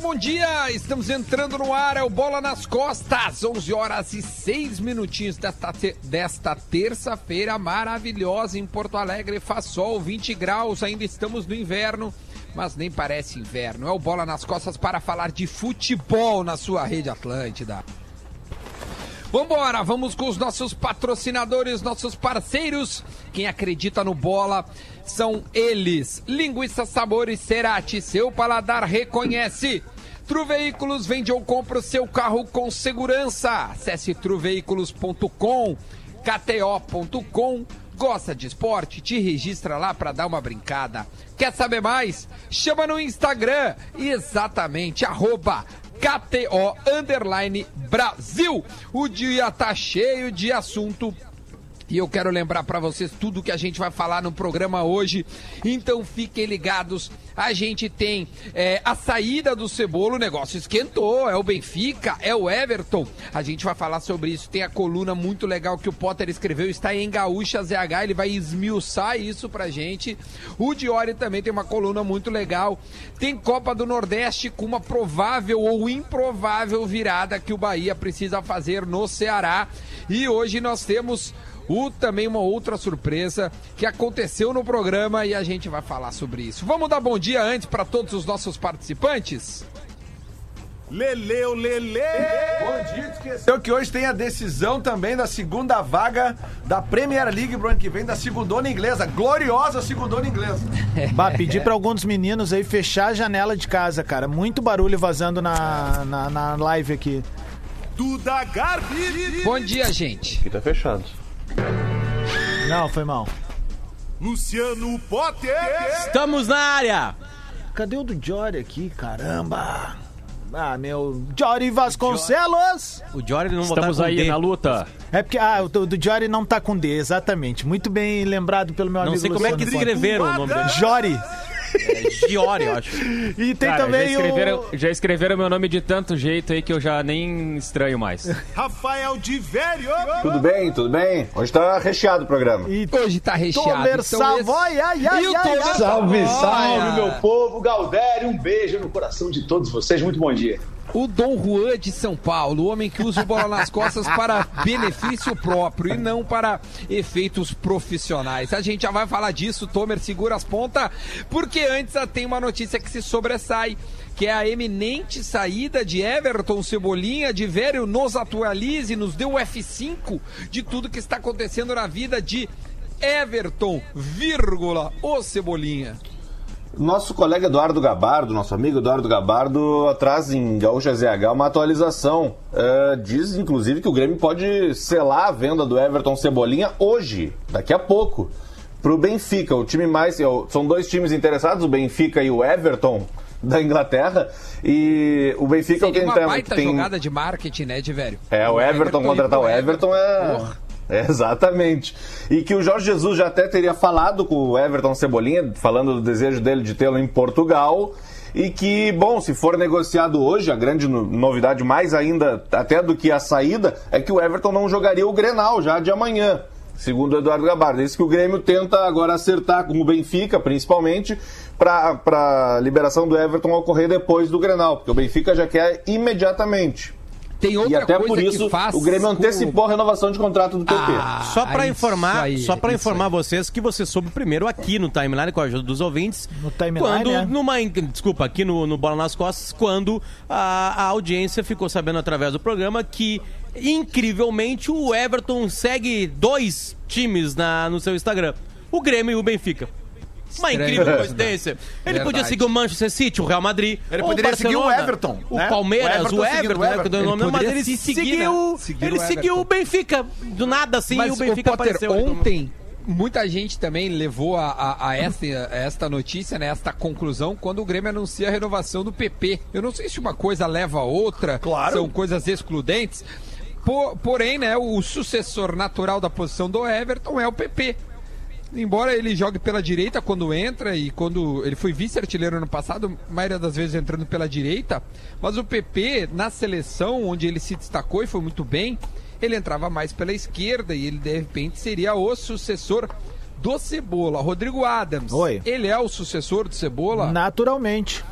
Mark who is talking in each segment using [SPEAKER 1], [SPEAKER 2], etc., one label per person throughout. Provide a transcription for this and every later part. [SPEAKER 1] bom dia! Estamos entrando no ar, é o Bola nas Costas, 11 horas e 6 minutinhos desta, te- desta terça-feira maravilhosa em Porto Alegre. Faz sol, 20 graus, ainda estamos no inverno, mas nem parece inverno. É o Bola nas Costas para falar de futebol na sua rede Atlântida. Vambora, vamos com os nossos patrocinadores, nossos parceiros. Quem acredita no bola são eles. Linguiça Sabores Cerati, seu paladar reconhece. Tru Veículos vende ou compra o seu carro com segurança. Acesse truveículos.com, kto.com. Gosta de esporte? Te registra lá para dar uma brincada. Quer saber mais? Chama no Instagram, exatamente, arroba KTO Underline Brasil. O dia tá cheio de assunto. E eu quero lembrar para vocês tudo que a gente vai falar no programa hoje. Então fiquem ligados. A gente tem é, a saída do Cebolo, o negócio esquentou. É o Benfica, é o Everton. A gente vai falar sobre isso. Tem a coluna muito legal que o Potter escreveu. Está em Gaúcha ZH. Ele vai esmiuçar isso pra gente. O Diori também tem uma coluna muito legal. Tem Copa do Nordeste com uma provável ou improvável virada que o Bahia precisa fazer no Ceará. E hoje nós temos o, também uma outra surpresa que aconteceu no programa e a gente vai falar sobre isso. Vamos dar bom dia antes para todos os nossos participantes?
[SPEAKER 2] Leleu, Lele! Bom dia, esqueceu que hoje tem a decisão também da segunda vaga da Premier League pro ano que vem, da segundona inglesa. Gloriosa segundona inglesa.
[SPEAKER 3] Bah, pedi pra algum dos meninos aí fechar a janela de casa, cara. Muito barulho vazando na, na, na live aqui.
[SPEAKER 2] Duda Garbi,
[SPEAKER 1] Bom dia, gente.
[SPEAKER 4] Aqui tá fechado.
[SPEAKER 3] Não, foi mal.
[SPEAKER 2] Luciano Potter,
[SPEAKER 5] Estamos na área!
[SPEAKER 3] Cadê o do Jory aqui? Caramba! Ah, meu. Jory Vasconcelos!
[SPEAKER 5] O Jory não
[SPEAKER 6] Estamos
[SPEAKER 5] botar com
[SPEAKER 6] aí
[SPEAKER 5] D.
[SPEAKER 6] na luta.
[SPEAKER 3] É porque. Ah, o do do Jory não tá com D, exatamente. Muito bem lembrado pelo meu
[SPEAKER 5] Não
[SPEAKER 3] amigo
[SPEAKER 5] sei como é que
[SPEAKER 3] Luciano Potter.
[SPEAKER 5] escreveram o nome dele.
[SPEAKER 3] Jory!
[SPEAKER 5] Giori, eu acho.
[SPEAKER 3] E tem
[SPEAKER 6] Cara, já
[SPEAKER 3] também
[SPEAKER 6] escreveram,
[SPEAKER 3] o.
[SPEAKER 6] já escreveram meu nome de tanto jeito aí que eu já nem estranho mais.
[SPEAKER 2] Rafael de Vério.
[SPEAKER 4] Tudo bem, tudo bem? Hoje tá recheado o programa.
[SPEAKER 3] E
[SPEAKER 1] Hoje tá recheado.
[SPEAKER 3] Tomer Savoy, ai, ai,
[SPEAKER 1] E o
[SPEAKER 3] ai,
[SPEAKER 1] Tomer
[SPEAKER 3] ai.
[SPEAKER 1] Savoy.
[SPEAKER 7] Salve, salve, meu povo. Galdério, um beijo no coração de todos vocês. Muito bom dia.
[SPEAKER 1] O Dom Juan de São Paulo, o homem que usa o bola nas costas para benefício próprio e não para efeitos profissionais. A gente já vai falar disso, Tomer, segura as pontas, porque antes ah, tem uma notícia que se sobressai, que é a eminente saída de Everton Cebolinha de Vério. Nos atualize, nos dê o F5 de tudo que está acontecendo na vida de Everton, vírgula, o Cebolinha.
[SPEAKER 4] Nosso colega Eduardo Gabardo, nosso amigo Eduardo Gabardo, traz em Gaúcha ZH uma atualização. Ah, diz, inclusive, que o Grêmio pode selar a venda do Everton Cebolinha hoje, daqui a pouco, pro Benfica. O time mais. é o- São dois times interessados, o Benfica e o Everton da Inglaterra. E o Benfica é o que
[SPEAKER 1] Seria uma
[SPEAKER 4] tem-
[SPEAKER 1] baita
[SPEAKER 4] tem-
[SPEAKER 1] jogada de marketing, né, de Vério?
[SPEAKER 4] É, o Everton,
[SPEAKER 1] ir
[SPEAKER 4] contratar
[SPEAKER 1] pro
[SPEAKER 4] o Everton é... é. Exatamente. E que o Jorge Jesus já até teria falado com o Everton Cebolinha, falando do desejo dele de tê-lo em Portugal. E que, bom, se for negociado hoje, a grande no- novidade, mais ainda até do que a saída, é que o Everton não jogaria o Grenal já de amanhã. Segundo o Eduardo Gabardo, É isso que o Grêmio tenta agora acertar com o Benfica, principalmente, para a liberação do Everton ocorrer depois do Grenal, porque o Benfica já quer imediatamente.
[SPEAKER 1] Tem
[SPEAKER 4] E
[SPEAKER 1] outra
[SPEAKER 4] até
[SPEAKER 1] coisa
[SPEAKER 4] por
[SPEAKER 1] que
[SPEAKER 4] isso
[SPEAKER 1] faz
[SPEAKER 4] o Grêmio
[SPEAKER 1] com-
[SPEAKER 4] antecipou a renovação de contrato do PP.
[SPEAKER 1] Ah,
[SPEAKER 5] Só pra
[SPEAKER 1] isso
[SPEAKER 5] informar,
[SPEAKER 1] aí,
[SPEAKER 5] só para
[SPEAKER 1] isso
[SPEAKER 5] informar
[SPEAKER 1] aí.
[SPEAKER 5] vocês que você soube primeiro aqui no timeline com a ajuda dos ouvintes.
[SPEAKER 3] No timeline,
[SPEAKER 5] quando
[SPEAKER 1] é.
[SPEAKER 3] né?
[SPEAKER 5] numa en- desculpa aqui no, no bola nas costas quando a, a audiência ficou sabendo através do programa que incrivelmente o Everton segue dois times na, no seu Instagram, o Grêmio e o Benfica. Uma
[SPEAKER 1] Estranho
[SPEAKER 5] incrível
[SPEAKER 1] isso,
[SPEAKER 5] coincidência. Ele
[SPEAKER 1] Verdade.
[SPEAKER 5] podia seguir o Manchester City, o Real Madrid.
[SPEAKER 2] Ele
[SPEAKER 5] ou
[SPEAKER 2] poderia
[SPEAKER 5] Barcelona,
[SPEAKER 2] seguir o Everton,
[SPEAKER 5] O
[SPEAKER 2] né?
[SPEAKER 5] Palmeiras,
[SPEAKER 2] O Everton
[SPEAKER 5] o
[SPEAKER 2] seguindo
[SPEAKER 5] Everton,
[SPEAKER 2] o
[SPEAKER 5] né, que eu dei o
[SPEAKER 2] Everton.
[SPEAKER 5] nome,
[SPEAKER 1] Ele
[SPEAKER 5] mas
[SPEAKER 1] poderia
[SPEAKER 5] ele
[SPEAKER 1] se seguir,
[SPEAKER 5] seguiu.
[SPEAKER 1] né? Seguir
[SPEAKER 5] Ele
[SPEAKER 1] o
[SPEAKER 5] seguiu o
[SPEAKER 1] Everton.
[SPEAKER 5] Benfica. Do nada, assim,
[SPEAKER 1] Mas
[SPEAKER 5] o Benfica
[SPEAKER 1] ô, Potter,
[SPEAKER 5] apareceu. ali no-
[SPEAKER 1] ontem muita gente também levou a, a- a esta, a esta notícia, né, esta conclusão, quando o Grêmio anuncia a renovação do PP. Eu não sei se uma coisa leva a outra,
[SPEAKER 2] Claro.
[SPEAKER 1] são coisas excludentes. Po- porém, né, o sucessor natural da posição do Everton é o PP. Embora ele jogue pela direita quando entra e quando ele foi vice-artilheiro ano passado, a maioria das vezes entrando pela direita, mas o PP na seleção onde ele se destacou e foi muito bem, ele entrava mais pela esquerda e ele de repente seria o sucessor do Cebola, Rodrigo Adams.
[SPEAKER 3] Oi.
[SPEAKER 1] Ele é o sucessor do Cebola?
[SPEAKER 3] Naturalmente.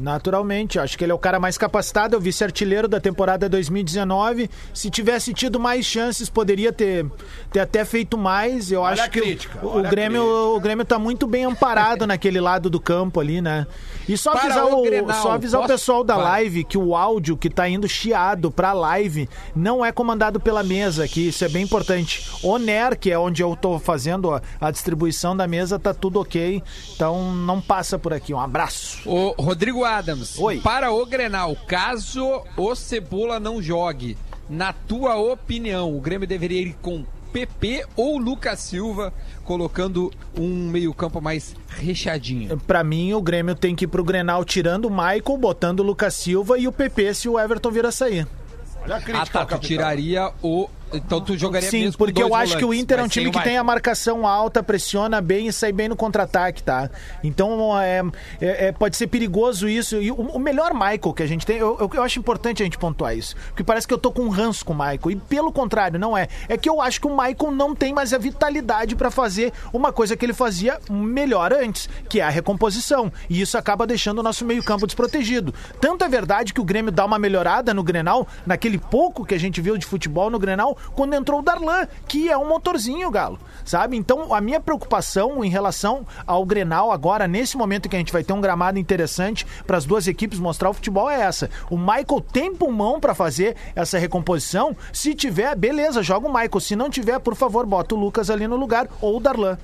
[SPEAKER 3] Naturalmente, acho que ele é o cara mais capacitado, é o vice-artilheiro da temporada 2019. Se tivesse tido mais chances, poderia ter, ter até feito mais. Eu acho
[SPEAKER 2] a
[SPEAKER 3] que o-
[SPEAKER 2] crítica,
[SPEAKER 3] o,
[SPEAKER 2] olha a
[SPEAKER 3] Grêmio, o Grêmio tá muito bem amparado naquele lado do campo ali, né? E só
[SPEAKER 1] Para
[SPEAKER 3] avisar
[SPEAKER 1] o
[SPEAKER 3] o,
[SPEAKER 1] Grenal,
[SPEAKER 3] só avisar o
[SPEAKER 1] posso-
[SPEAKER 3] pessoal da
[SPEAKER 1] Vai.
[SPEAKER 3] live que o áudio que tá indo chiado pra live não é comandado pela mesa aqui, isso é bem importante. O NER, que é onde eu tô fazendo a, a distribuição da mesa, tá tudo ok. Então não passa por aqui. Um abraço.
[SPEAKER 1] O Rodrigo Adams,
[SPEAKER 3] Oi.
[SPEAKER 1] para o Grenal, caso o Cebola não jogue, na tua opinião, o Grêmio deveria ir com PP ou Lucas Silva, colocando um meio-campo mais rechadinho?
[SPEAKER 3] Pra mim, o Grêmio tem que ir pro Grenal tirando o Michael, botando o Lucas Silva e o PP se o Everton vir a sair.
[SPEAKER 2] Olha a crítica.
[SPEAKER 1] Ah, tá,
[SPEAKER 2] ao
[SPEAKER 1] tu
[SPEAKER 2] capitão.
[SPEAKER 1] tiraria o. Então tu jogaria
[SPEAKER 3] Sim,
[SPEAKER 1] mesmo com
[SPEAKER 3] porque eu
[SPEAKER 1] dois
[SPEAKER 3] acho que o
[SPEAKER 1] volantes,
[SPEAKER 3] Inter é
[SPEAKER 1] mas
[SPEAKER 3] um
[SPEAKER 1] sem
[SPEAKER 3] time
[SPEAKER 1] o
[SPEAKER 3] que tem a
[SPEAKER 1] Michael.
[SPEAKER 3] marcação alta, pressiona bem e sai bem no contra-ataque, tá? Então é, é- é- pode ser perigoso isso. E o, o melhor Michael que a gente tem, eu, eu- eu acho importante a gente pontuar isso. Porque parece que eu tô com um ranço com o Michael. E pelo contrário, não é. É que eu acho que o Michael não tem mais a vitalidade pra fazer uma coisa que ele fazia melhor antes, que é a recomposição. E isso acaba deixando o nosso meio-campo desprotegido. Tanto é verdade que o Grêmio dá uma melhorada no Grenal, naquele pouco que a gente viu de futebol no Grenal, quando entrou o Darlan, que é um motorzinho, Galo. Sabe? Então, a minha preocupação em relação ao Grenal agora, nesse momento que a gente vai ter um gramado interessante para as duas equipes mostrar o futebol, é essa. O Michael tem pulmão para fazer essa recomposição. Se tiver, beleza, joga o Michael. Se não tiver, por favor, bota o Lucas ali no lugar ou o Darlan.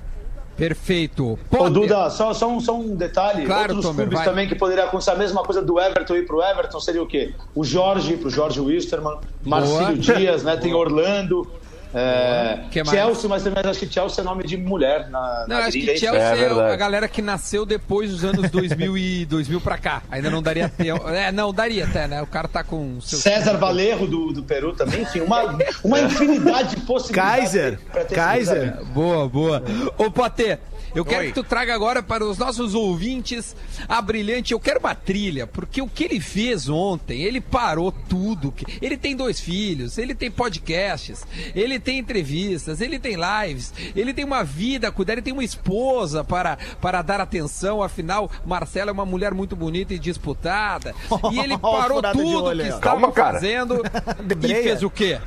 [SPEAKER 1] Perfeito.
[SPEAKER 7] Ô,
[SPEAKER 1] Potter,
[SPEAKER 7] Duda, só, só um, só um detalhe.
[SPEAKER 1] Claro,
[SPEAKER 7] Outros
[SPEAKER 1] Tomer,
[SPEAKER 7] clubes
[SPEAKER 1] vai.
[SPEAKER 7] também que poderia acontecer a mesma coisa do Everton ir pro Everton seria o quê? O Jorge ir pro Jorge Wisterman, Marcílio Dias, né? Tem Orlando. é,
[SPEAKER 1] Que mais?
[SPEAKER 7] Chelsea, mas também acho que Chelsea é nome de mulher na,
[SPEAKER 1] Não,
[SPEAKER 7] na
[SPEAKER 1] eu acho
[SPEAKER 7] gringa,
[SPEAKER 1] que
[SPEAKER 7] hein?
[SPEAKER 1] Chelsea
[SPEAKER 4] É
[SPEAKER 1] é,
[SPEAKER 4] verdade.
[SPEAKER 1] a galera que nasceu depois dos anos 2000 e 2000 pra cá. Ainda não daria tempo. É, não, daria até, né? O cara tá com seus
[SPEAKER 7] César Valerro do, do Peru também, enfim, uma, uma infinidade de possibilidades.
[SPEAKER 2] é,
[SPEAKER 3] Kaiser,
[SPEAKER 7] pra ter esse
[SPEAKER 3] Kaiser.
[SPEAKER 7] cruzamento.
[SPEAKER 1] Boa, boa. Ô, Potter, eu quero que tu traga agora para os nossos ouvintes a brilhante. Eu quero uma trilha, porque o que ele fez ontem, ele parou tudo. Ele tem dois filhos, ele tem podcasts, ele tem entrevistas, ele tem lives, ele tem uma vida a cuidar, ele tem uma esposa para, para dar atenção. Afinal, Marcela é uma mulher muito bonita e disputada. E ele
[SPEAKER 3] Ó,
[SPEAKER 1] parou
[SPEAKER 3] furada de
[SPEAKER 1] tudo
[SPEAKER 3] olho
[SPEAKER 1] que
[SPEAKER 3] aí, ó.
[SPEAKER 1] estava
[SPEAKER 4] Calma, cara.
[SPEAKER 1] fazendo e
[SPEAKER 3] breia.
[SPEAKER 1] fez o quê?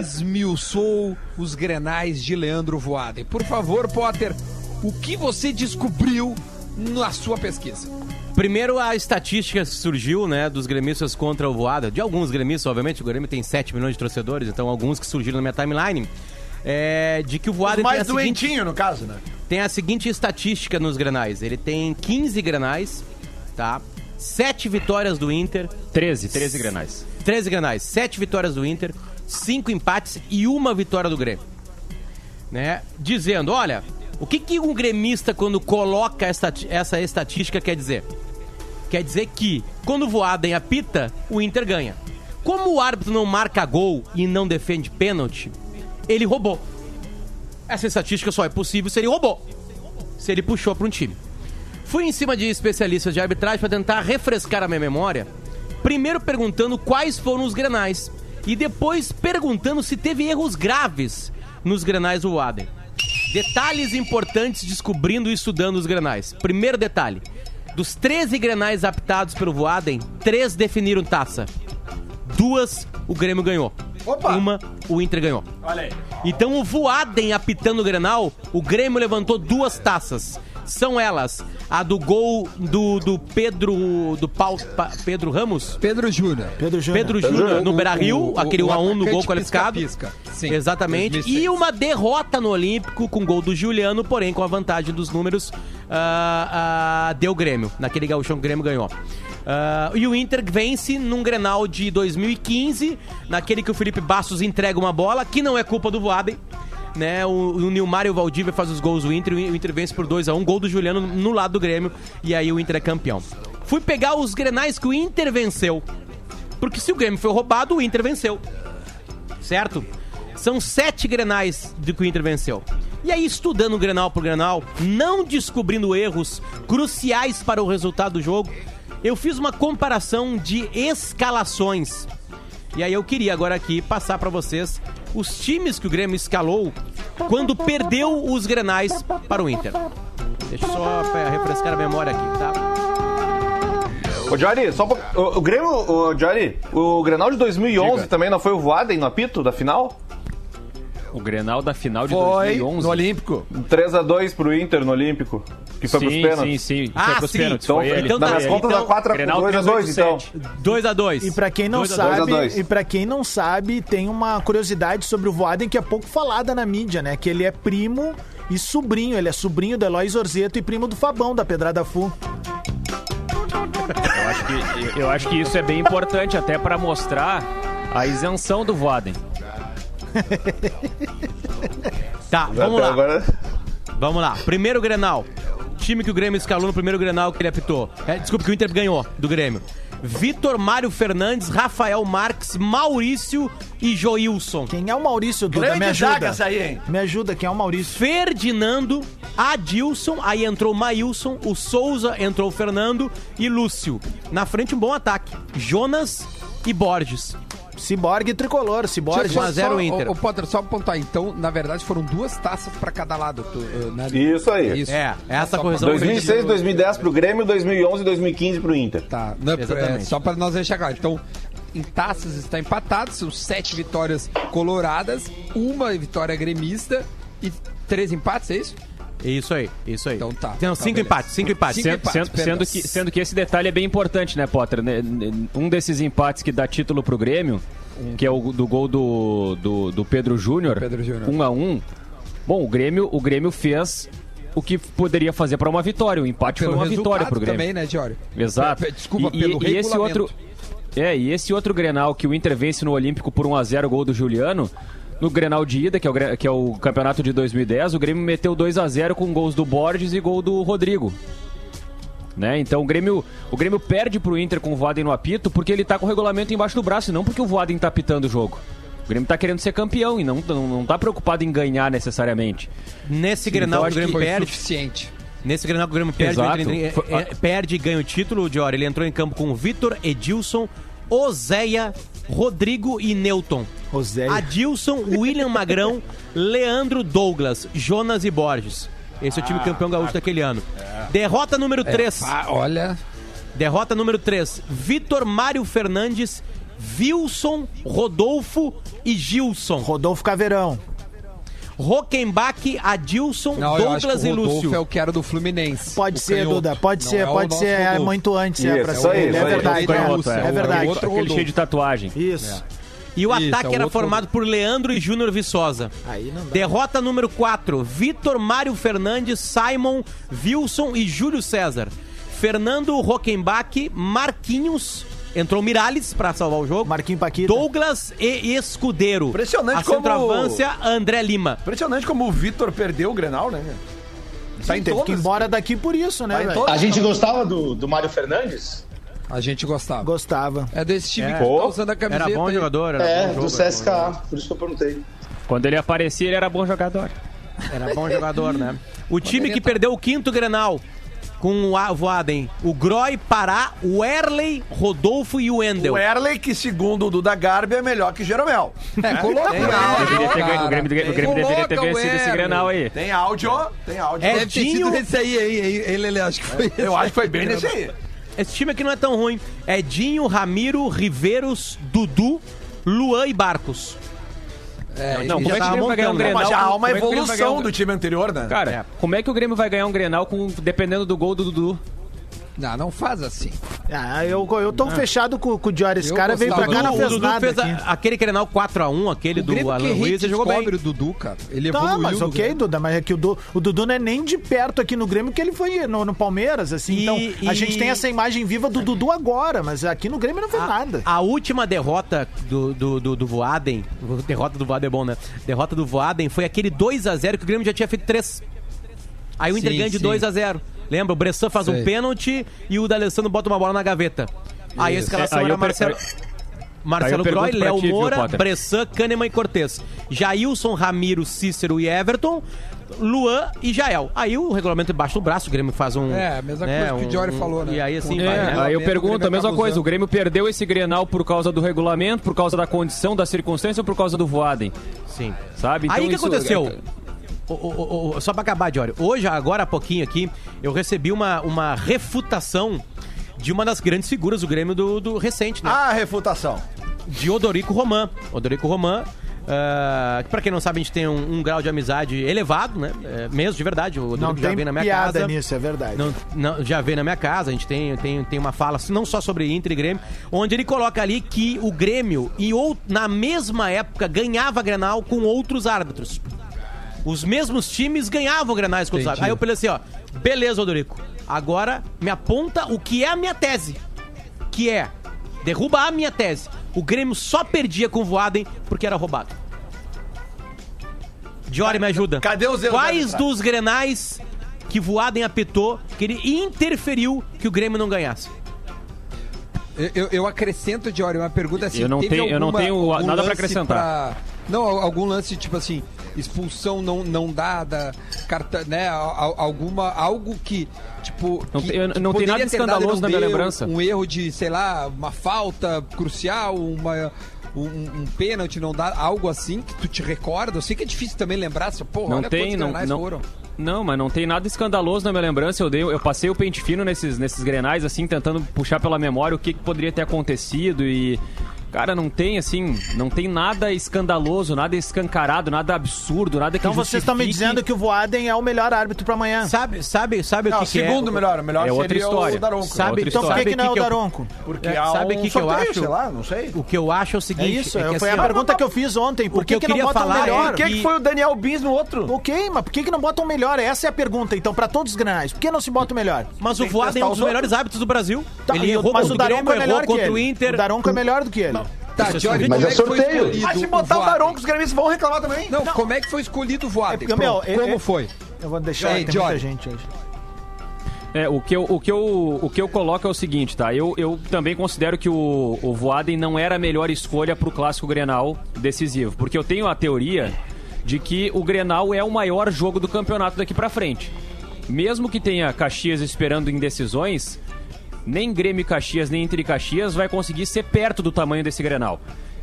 [SPEAKER 1] esmiuçou os grenais de Leandro Voaden. Por favor, Potter, o que você descobriu na sua pesquisa?
[SPEAKER 5] Primeiro, a estatística que surgiu, né, dos gremistas contra o Voada. De alguns gremistas, obviamente. O Grêmio tem 7 milhões de torcedores, então alguns que surgiram na minha timeline. É, de que o Voada tem a
[SPEAKER 2] Mais
[SPEAKER 5] seguinte
[SPEAKER 2] doentinho, no caso, né?
[SPEAKER 5] tem a seguinte estatística nos granais. Ele tem 15 granais, tá? 7 vitórias do Inter,
[SPEAKER 6] 13, 13 granais.
[SPEAKER 5] 13 granais, 7 vitórias do Inter, 5 empates e uma vitória do Grêmio. Né? Dizendo, olha, o que, que um gremista quando coloca essa, essa estatística quer dizer? Quer dizer que quando o Voaden apita, o Inter ganha. Como o árbitro não marca gol e não defende pênalti, ele roubou. Essa estatística só é possível se ele roubou. Se ele puxou para um time. Fui em cima de especialistas de arbitragem para tentar refrescar a minha memória. Primeiro perguntando quais foram os grenais. E depois perguntando se teve erros graves nos grenais do Waden. Detalhes importantes descobrindo e estudando os grenais. Primeiro detalhe: dos 13 grenais aptados pelo Voaden, três definiram taça. Duas o Grêmio ganhou.
[SPEAKER 2] Opa!
[SPEAKER 5] Uma o Inter ganhou. Então o Voaden apitando o Grenal, o Grêmio levantou duas taças. São elas a do gol do, do Pedro do Pau- Pa- Pedro Ramos,
[SPEAKER 1] Pedro Júnior.
[SPEAKER 3] Pedro Júnior.
[SPEAKER 5] Pedro Júnior no
[SPEAKER 1] O-
[SPEAKER 5] Beira
[SPEAKER 1] o-
[SPEAKER 5] Rio,
[SPEAKER 1] o-
[SPEAKER 5] aquele
[SPEAKER 1] o
[SPEAKER 5] 1x1 no gol
[SPEAKER 1] atacante
[SPEAKER 5] qualificado.
[SPEAKER 1] pisca-pisca. Sim,
[SPEAKER 5] Exatamente.
[SPEAKER 1] 2006.
[SPEAKER 5] E uma derrota no Olímpico com gol do Juliano, porém com a vantagem dos números, ah, ah, deu Grêmio, naquele gauchão que o Grêmio ganhou. Ah, e o Inter vence num Grenal de 2015, naquele que o Felipe Bastos entrega uma bola, que não é culpa do Voaden. Né, o, o Nilmar e o Valdívia fazem os gols do Inter, e o Inter vence por 2 a 1 gol do Juliano no lado do Grêmio, e aí o Inter é campeão. Fui pegar os grenais que o Inter venceu. Porque se o Grêmio foi roubado, o Inter venceu. Certo? São sete grenais do que o Inter venceu. E aí, estudando o grenal por grenal, não descobrindo erros cruciais para o resultado do jogo, eu fiz uma comparação de escalações. E aí, eu queria agora aqui passar para vocês os times que o Grêmio escalou quando perdeu os grenais para o Inter. Deixa eu só eh, refrescar a memória aqui, tá?
[SPEAKER 4] Ô, Jory, só um pouco- o, o Grêmio, o Jory, o Grenal de 2011 também não foi o Voaden no apito da final?
[SPEAKER 6] O Grenal da final de
[SPEAKER 2] Foi no
[SPEAKER 6] 2011.
[SPEAKER 2] Olímpico.
[SPEAKER 4] 3x2 pro Inter no Olímpico, que foi pros
[SPEAKER 6] Sim,
[SPEAKER 4] pênaltis.
[SPEAKER 6] sim, sim.
[SPEAKER 5] Ah,
[SPEAKER 6] Foi pros
[SPEAKER 5] sim.
[SPEAKER 6] pênaltis,
[SPEAKER 4] Então,
[SPEAKER 6] foi ele.
[SPEAKER 4] então,
[SPEAKER 5] tá,
[SPEAKER 4] nas
[SPEAKER 5] é.
[SPEAKER 4] contas da
[SPEAKER 5] Então,
[SPEAKER 4] 4
[SPEAKER 6] Grenal
[SPEAKER 4] 2x2, então.
[SPEAKER 5] 2x2.
[SPEAKER 3] E pra quem não
[SPEAKER 5] Dois a
[SPEAKER 4] dois.
[SPEAKER 3] sabe,
[SPEAKER 4] Dois a dois.
[SPEAKER 3] e para quem não sabe, tem uma curiosidade sobre o Voaden que é pouco falada na mídia, né? Que ele é primo e sobrinho, ele é sobrinho do Eloy Zorzeto e primo do Fabão da Pedrada Fu.
[SPEAKER 6] Eu acho,
[SPEAKER 5] então.
[SPEAKER 6] que, eu acho que isso é bem importante até pra mostrar a isenção do Voaden.
[SPEAKER 5] Tá, vamos
[SPEAKER 4] Até
[SPEAKER 5] lá.
[SPEAKER 4] Agora...
[SPEAKER 5] Vamos lá. Primeiro Grenal. Time que o Grêmio escalou no primeiro Grenal que ele apitou. É, desculpa, que o Inter ganhou do Grêmio. Vitor Mário Fernandes, Rafael Marques, Maurício e Joilson.
[SPEAKER 3] Quem é o Maurício Duda?
[SPEAKER 2] Grande
[SPEAKER 3] Me ajuda.
[SPEAKER 2] zaga essa aí, hein?
[SPEAKER 3] Me ajuda, quem é o Maurício?
[SPEAKER 5] Ferdinando, Adilson, aí entrou Maílson, o Souza entrou o Fernando e Lúcio. Na frente um bom ataque. Jonas e Borges.
[SPEAKER 3] Ciborgue tricolor, Ciborgue.
[SPEAKER 1] Tipo,
[SPEAKER 5] Tinha um a zero Inter.
[SPEAKER 1] O, Potter, só pra pontuar. Então, na verdade, foram duas taças pra cada lado. tu, eh, na-
[SPEAKER 4] Isso Então, aí.
[SPEAKER 1] Isso.
[SPEAKER 5] É, essa
[SPEAKER 1] Só
[SPEAKER 5] correção.
[SPEAKER 1] pra-
[SPEAKER 4] 2006, 2010 pro Grêmio, 2011 e 2015 pro Inter.
[SPEAKER 1] Tá, não, é-
[SPEAKER 5] Exatamente.
[SPEAKER 1] é, só para nós deixar claro. Então, em taças está empatado, são sete vitórias coloradas, uma vitória gremista e três empates, é isso?
[SPEAKER 5] Isso aí, isso aí.
[SPEAKER 1] Então tá.
[SPEAKER 5] Tem
[SPEAKER 1] Então,
[SPEAKER 5] cinco
[SPEAKER 1] beleza.
[SPEAKER 5] empates, cinco empates.
[SPEAKER 1] Cinco
[SPEAKER 6] Sendo,
[SPEAKER 1] empates,
[SPEAKER 6] sendo-
[SPEAKER 1] perdão.
[SPEAKER 6] sendo que, sendo que esse detalhe é bem importante, né, Potter? Né, n- Um desses empates que dá título pro Grêmio, que é o do gol do, do, do Pedro Júnior,
[SPEAKER 1] Pedro Júnior.
[SPEAKER 6] 1 a 1 Bom, o Grêmio, o Grêmio fez o que poderia fazer pra uma vitória. O
[SPEAKER 1] Ah,
[SPEAKER 6] empate foi uma vitória pro Grêmio.
[SPEAKER 1] tipo, um também, né, Diório?
[SPEAKER 6] Exato.
[SPEAKER 1] Pe- pe- Desculpa,
[SPEAKER 6] e,
[SPEAKER 1] pelo
[SPEAKER 6] e, e esse
[SPEAKER 1] regulamento.
[SPEAKER 6] outro É, e esse outro Grenal que o Inter vence no Olímpico por 1 a 0 gol do Juliano, no Grenal de ida, que é o, Gre- que é o campeonato de 2010, o Grêmio meteu 2 a 0 com gols do Borges e gol do Rodrigo. Né? Então o Grêmio, o Grêmio perde pro Inter com o Voaden no apito porque ele tá com o regulamento embaixo do braço e não porque o Voaden tá pitando o jogo. O Grêmio tá querendo ser campeão e não, não, não tá preocupado em ganhar necessariamente.
[SPEAKER 5] Nesse
[SPEAKER 6] então
[SPEAKER 5] Grenal o
[SPEAKER 6] acho
[SPEAKER 5] Grêmio
[SPEAKER 6] que
[SPEAKER 1] Foi
[SPEAKER 5] perde.
[SPEAKER 1] suficiente.
[SPEAKER 5] Nesse Grenal que o Grêmio perde,
[SPEAKER 6] Exato.
[SPEAKER 5] ele- ele-
[SPEAKER 6] Foi-
[SPEAKER 5] é- é- perde e ganha o título, o Dior. Ele entrou em campo com o Vitor, Edilson, Oséia, Rodrigo e Newton.
[SPEAKER 3] Oséia.
[SPEAKER 5] Adilson, William Magrão, Leandro Douglas, Jonas e Borges. Esse é o time campeão gaúcho daquele ano.
[SPEAKER 1] é.
[SPEAKER 5] Derrota número 3.
[SPEAKER 1] Ah, olha,
[SPEAKER 5] Derrota número 3. Vitor Mário Fernandes, Wilson, Rodolfo e Gilson.
[SPEAKER 3] Rodolfo Caveirão.
[SPEAKER 5] Rockenbach, Adilson,
[SPEAKER 1] não, eu acho que
[SPEAKER 5] Douglas
[SPEAKER 1] o
[SPEAKER 5] e
[SPEAKER 1] Rodolfo
[SPEAKER 5] Lúcio.
[SPEAKER 1] é o que era do Fluminense.
[SPEAKER 3] Pode
[SPEAKER 1] o
[SPEAKER 3] ser,
[SPEAKER 1] canhoto.
[SPEAKER 3] Duda, pode
[SPEAKER 1] Não
[SPEAKER 3] ser,
[SPEAKER 1] é o
[SPEAKER 3] pode
[SPEAKER 1] nosso
[SPEAKER 3] ser é
[SPEAKER 1] Rodolfo.
[SPEAKER 3] muito antes, é
[SPEAKER 4] Isso,
[SPEAKER 3] pra
[SPEAKER 4] é
[SPEAKER 3] ser.
[SPEAKER 4] o-
[SPEAKER 3] é,
[SPEAKER 4] isso aí,
[SPEAKER 3] verdade,
[SPEAKER 1] é o
[SPEAKER 3] é,
[SPEAKER 1] canhoto, é
[SPEAKER 3] é
[SPEAKER 1] o
[SPEAKER 3] verdade.
[SPEAKER 1] outro-
[SPEAKER 6] Aquele cheio de tatuagem.
[SPEAKER 3] Isso.
[SPEAKER 5] E o
[SPEAKER 1] Isso,
[SPEAKER 5] ataque
[SPEAKER 1] é o
[SPEAKER 5] era
[SPEAKER 1] outro-
[SPEAKER 5] formado por Leandro e Júnior Viçosa.
[SPEAKER 3] Aí não dá.
[SPEAKER 5] Derrota número 4. Vitor Mário Fernandes, Simon, Wilson e Júlio César. Fernando Rockenbach, Marquinhos. Entrou Miralles pra salvar o jogo.
[SPEAKER 3] Marquinho Paquita.
[SPEAKER 5] Douglas e Escudeiro.
[SPEAKER 2] Impressionante
[SPEAKER 5] A
[SPEAKER 2] como-
[SPEAKER 5] centroavância, André Lima.
[SPEAKER 2] Impressionante como o Vitor perdeu o Grenal, né? Tá em
[SPEAKER 3] Teve que ir
[SPEAKER 2] todos.
[SPEAKER 3] embora daqui por isso, né,
[SPEAKER 2] Tá em
[SPEAKER 3] velho?
[SPEAKER 2] todos.
[SPEAKER 7] A gente gostava do, do Mário Fernandes?
[SPEAKER 1] A gente gostava.
[SPEAKER 3] Gostava.
[SPEAKER 1] É desse time que
[SPEAKER 4] Pô,
[SPEAKER 1] tá usando a camiseta.
[SPEAKER 5] Era bom
[SPEAKER 1] aí.
[SPEAKER 5] jogador, era
[SPEAKER 7] É,
[SPEAKER 5] bom
[SPEAKER 7] do
[SPEAKER 5] jogo,
[SPEAKER 7] CSKA, por isso que eu perguntei.
[SPEAKER 6] Quando ele aparecia, ele era bom jogador.
[SPEAKER 5] Era bom jogador, né? O time que perdeu o quinto Grenal com o A- Voaden. O Groy, Pará, o Erley, Rodolfo e o Endel.
[SPEAKER 2] O Erley, que segundo o Duda Garbi, é melhor que Jeromel. Né?
[SPEAKER 1] É, coloca o
[SPEAKER 6] né?
[SPEAKER 1] Erley,
[SPEAKER 6] Deveria ter ganho-
[SPEAKER 1] cara.
[SPEAKER 6] o Grêmio, o Grêmio deveria ter
[SPEAKER 1] Coloca o
[SPEAKER 6] vencido esse
[SPEAKER 1] Erley.
[SPEAKER 6] Grenal aí.
[SPEAKER 2] Tem áudio, tem áudio.
[SPEAKER 5] É.
[SPEAKER 1] Deve ter sido
[SPEAKER 5] Edinho-
[SPEAKER 1] esse aí, aí, aí, ele, ele, acho que foi esse.
[SPEAKER 2] É, Eu acho que foi bem nesse aí.
[SPEAKER 5] Esse time aqui não é tão ruim. É Dinho, Ramiro, Riveiros, Dudu, Luan e Barcos.
[SPEAKER 1] É,
[SPEAKER 6] Não,
[SPEAKER 1] ele
[SPEAKER 6] como é
[SPEAKER 1] já
[SPEAKER 6] que o
[SPEAKER 1] tava
[SPEAKER 6] Grêmio vai ganhar um
[SPEAKER 5] montando, né?
[SPEAKER 6] Grenal?
[SPEAKER 2] Mas já há
[SPEAKER 6] com-
[SPEAKER 2] uma
[SPEAKER 6] como é que o Grêmio vai ganhar
[SPEAKER 2] evolução
[SPEAKER 6] um-
[SPEAKER 2] do time anterior, né?
[SPEAKER 6] Cara, como é que o Grêmio vai ganhar um Grenal com, dependendo do gol do Dudu?
[SPEAKER 1] Não, não faz assim.
[SPEAKER 3] Ah, eu, eu tô fechado com, com o Dior. Esse
[SPEAKER 1] Eu
[SPEAKER 3] cara veio pra
[SPEAKER 1] gostava
[SPEAKER 3] cá,
[SPEAKER 1] do-
[SPEAKER 3] não fez
[SPEAKER 5] Dudu
[SPEAKER 3] nada
[SPEAKER 5] fez a-
[SPEAKER 3] aqui.
[SPEAKER 5] aquele Grenal 4x1, aquele
[SPEAKER 1] O
[SPEAKER 5] do
[SPEAKER 1] Grêmio
[SPEAKER 5] Alan
[SPEAKER 1] que
[SPEAKER 5] Ruiz, ele jogou bem.
[SPEAKER 1] o Dudu, cara. Ele
[SPEAKER 3] Tá,
[SPEAKER 1] evoluiu.
[SPEAKER 3] mas
[SPEAKER 1] do
[SPEAKER 3] ok,
[SPEAKER 1] Grêmio.
[SPEAKER 3] Duda, mas é que o, Du- o Dudu não é nem de perto aqui no Grêmio que ele foi no, no Palmeiras, assim.
[SPEAKER 5] E-
[SPEAKER 3] então, a
[SPEAKER 5] e- Ah,
[SPEAKER 3] gente tem essa imagem viva do Dudu agora, mas aqui no Grêmio não fez nada.
[SPEAKER 5] A última derrota do, do, do, do Voaden, derrota do Voaden é bom, né? Derrota do Voaden foi aquele 2x0 que o Grêmio já tinha feito 3. Aí o Inter
[SPEAKER 1] Sim,
[SPEAKER 5] ganha de
[SPEAKER 1] sim.
[SPEAKER 5] 2x0. Lembra? O Bressan faz
[SPEAKER 1] Sei.
[SPEAKER 5] um pênalti e o D'Alessandro bota uma bola na gaveta. Aí a
[SPEAKER 1] Isso.
[SPEAKER 5] escalação
[SPEAKER 6] É, aí
[SPEAKER 5] era
[SPEAKER 6] eu per-
[SPEAKER 5] Marcelo...
[SPEAKER 6] aí eu
[SPEAKER 5] Marcelo Groy,
[SPEAKER 6] pergunto pra
[SPEAKER 5] Léo
[SPEAKER 6] ti, viu,
[SPEAKER 5] Moura,
[SPEAKER 6] Potter?
[SPEAKER 5] Bressan, Kahneman e Cortez. Jailson, Ramiro, Cícero e Everton. Luan e Jael. Aí o regulamento embaixo do braço, o Grêmio faz um.
[SPEAKER 1] É, a mesma coisa que o Diori falou, né?
[SPEAKER 5] E aí assim,
[SPEAKER 1] É,
[SPEAKER 5] vai, né?
[SPEAKER 1] Regulamento,
[SPEAKER 6] aí eu
[SPEAKER 1] o
[SPEAKER 6] pergunto
[SPEAKER 1] Grêmio
[SPEAKER 6] a mesma
[SPEAKER 5] tá
[SPEAKER 1] acaba
[SPEAKER 6] coisa.
[SPEAKER 1] usando.
[SPEAKER 6] O Grêmio perdeu esse Grenal por causa do regulamento, por causa da condição, da circunstância ou por causa do Voaden,
[SPEAKER 5] Sim.
[SPEAKER 6] sabe? Então
[SPEAKER 5] Aí o que
[SPEAKER 6] isso- é
[SPEAKER 5] aconteceu? O- o- o- o- só pra acabar, Diori. Hoje, agora há pouquinho aqui, eu recebi uma, uma refutação de uma das grandes figuras do Grêmio do, do recente, né?
[SPEAKER 2] Ah, refutação.
[SPEAKER 5] de Odorico Roman. Odorico Roman, ah, que pra quem não sabe, a gente tem um, um grau de amizade elevado, né? É, mesmo, de verdade. O
[SPEAKER 3] Não
[SPEAKER 5] Odorico já
[SPEAKER 3] tem
[SPEAKER 5] veio na minha
[SPEAKER 3] piada
[SPEAKER 5] casa.
[SPEAKER 3] nisso, é verdade.
[SPEAKER 5] Não, não, já veio na minha casa, a gente tem, tem, tem uma fala assim, não só sobre Inter e Grêmio, onde ele coloca ali que o Grêmio, e ou, na mesma época, ganhava Grenal com outros árbitros. Os mesmos times ganhavam Grenais com outros árbitros. Aí eu falei assim, ó, beleza, Odorico, agora me aponta o que é a minha tese, que é, derruba a minha tese, o Grêmio só perdia com o Voaden porque era roubado. Diori, me ajuda.
[SPEAKER 2] Cadê os erros
[SPEAKER 5] Quais
[SPEAKER 2] da-
[SPEAKER 5] dos grenais que Voaden apitou que ele interferiu que o Grêmio não ganhasse?
[SPEAKER 1] Eu, eu- eu acrescento, Diori, uma pergunta assim.
[SPEAKER 6] Eu não tenho- eu não tenho
[SPEAKER 1] algum
[SPEAKER 6] nada pra
[SPEAKER 1] lance
[SPEAKER 6] acrescentar.
[SPEAKER 1] pra- Não, al- algum lance tipo assim, expulsão não, não dada, carta, né? al- alguma, algo que, tipo.
[SPEAKER 6] Não
[SPEAKER 1] que-
[SPEAKER 6] tem- eu-
[SPEAKER 1] que
[SPEAKER 6] não tem nada
[SPEAKER 1] poderia ter dado e
[SPEAKER 6] escandaloso
[SPEAKER 1] não
[SPEAKER 6] na minha
[SPEAKER 1] deu,
[SPEAKER 6] lembrança.
[SPEAKER 1] Um erro de, sei lá, uma falta crucial, uma. Um, um pênalti não dá algo assim que tu te recorda. Eu sei que é difícil também lembrar, se, porra,
[SPEAKER 6] Não
[SPEAKER 1] olha
[SPEAKER 6] tem,
[SPEAKER 1] quantos
[SPEAKER 6] não,
[SPEAKER 1] grenais
[SPEAKER 6] não,
[SPEAKER 1] foram.
[SPEAKER 6] não, mas não tem nada escandaloso na minha lembrança. Eu, dei, eu passei o pente fino nesses, nesses grenais, assim, tentando puxar pela memória o que, que poderia ter acontecido e. Cara, não tem, assim, não tem nada escandaloso, nada escancarado, nada absurdo, nada que
[SPEAKER 3] Então vocês estão me
[SPEAKER 6] justifique-
[SPEAKER 3] dizendo que o Voaden é o melhor árbitro pra amanhã.
[SPEAKER 5] Sabe, sabe, sabe o
[SPEAKER 2] Não,
[SPEAKER 5] que, que é?
[SPEAKER 2] segundo melhor. O melhor
[SPEAKER 6] É outra
[SPEAKER 2] seria o
[SPEAKER 6] história.
[SPEAKER 2] Daronco.
[SPEAKER 5] Sabe,
[SPEAKER 6] Outra
[SPEAKER 3] Então por que,
[SPEAKER 5] sabe
[SPEAKER 3] que não é o
[SPEAKER 5] que eu-
[SPEAKER 3] Daronco?
[SPEAKER 2] Porque
[SPEAKER 5] É,
[SPEAKER 2] há
[SPEAKER 5] sabe
[SPEAKER 2] um
[SPEAKER 5] o que que eu
[SPEAKER 2] sorteio,
[SPEAKER 5] acho?
[SPEAKER 2] Sei lá, não sei.
[SPEAKER 5] O que eu acho é o
[SPEAKER 3] É
[SPEAKER 5] seguinte,
[SPEAKER 3] isso,
[SPEAKER 5] é que
[SPEAKER 3] foi
[SPEAKER 5] assim,
[SPEAKER 3] a
[SPEAKER 5] ó,
[SPEAKER 3] pergunta que eu fiz ontem. Por
[SPEAKER 5] que
[SPEAKER 3] que,
[SPEAKER 5] eu
[SPEAKER 3] que não
[SPEAKER 5] queria
[SPEAKER 3] botam o
[SPEAKER 5] falar é
[SPEAKER 3] melhor?
[SPEAKER 2] Por que, que
[SPEAKER 5] e-
[SPEAKER 2] foi o Daniel Bis no outro?
[SPEAKER 3] Ok, mas por que, que não botam o melhor? Essa é a pergunta, então, pra todos os granais. Por que não se bota o melhor?
[SPEAKER 5] mas o
[SPEAKER 2] que
[SPEAKER 5] Voaden é
[SPEAKER 2] testar
[SPEAKER 5] um
[SPEAKER 2] os
[SPEAKER 5] dos melhores árbitros do Brasil.
[SPEAKER 3] Tá,
[SPEAKER 5] ele
[SPEAKER 3] e o-
[SPEAKER 5] errou
[SPEAKER 3] mas
[SPEAKER 5] contra
[SPEAKER 3] o
[SPEAKER 5] o
[SPEAKER 3] Daronco
[SPEAKER 5] Grêmio,
[SPEAKER 3] é melhor
[SPEAKER 5] errou
[SPEAKER 3] que
[SPEAKER 5] contra
[SPEAKER 3] ele.
[SPEAKER 5] o Inter.
[SPEAKER 3] O Daronco é melhor do que ele.
[SPEAKER 1] Tá, Diori,
[SPEAKER 7] Mas
[SPEAKER 1] como
[SPEAKER 7] é
[SPEAKER 1] é que foi
[SPEAKER 7] sorteio.
[SPEAKER 1] escolhido
[SPEAKER 2] Mas se botar o
[SPEAKER 1] Voaden?
[SPEAKER 2] Daronco, os gremistas vão reclamar também.
[SPEAKER 1] Não, como é que foi escolhido o Voaden?
[SPEAKER 3] É, meu,
[SPEAKER 1] Pronto,
[SPEAKER 3] é- é-
[SPEAKER 1] Como foi?
[SPEAKER 3] Eu vou deixar,
[SPEAKER 1] Ei,
[SPEAKER 3] tem muita
[SPEAKER 1] Johnny.
[SPEAKER 3] gente hoje.
[SPEAKER 6] É, o que, eu, o, que eu, o que eu coloco é o seguinte, tá? Eu, eu também considero que o, o Voaden não era a melhor escolha pro clássico Grenal decisivo. Porque eu tenho a teoria de que o Grenal é o maior jogo do campeonato daqui pra frente. Mesmo que tenha Caxias esperando indecisões, nem Grêmio e Caxias, nem Inter e Caxias vai conseguir ser perto do tamanho desse Grenal.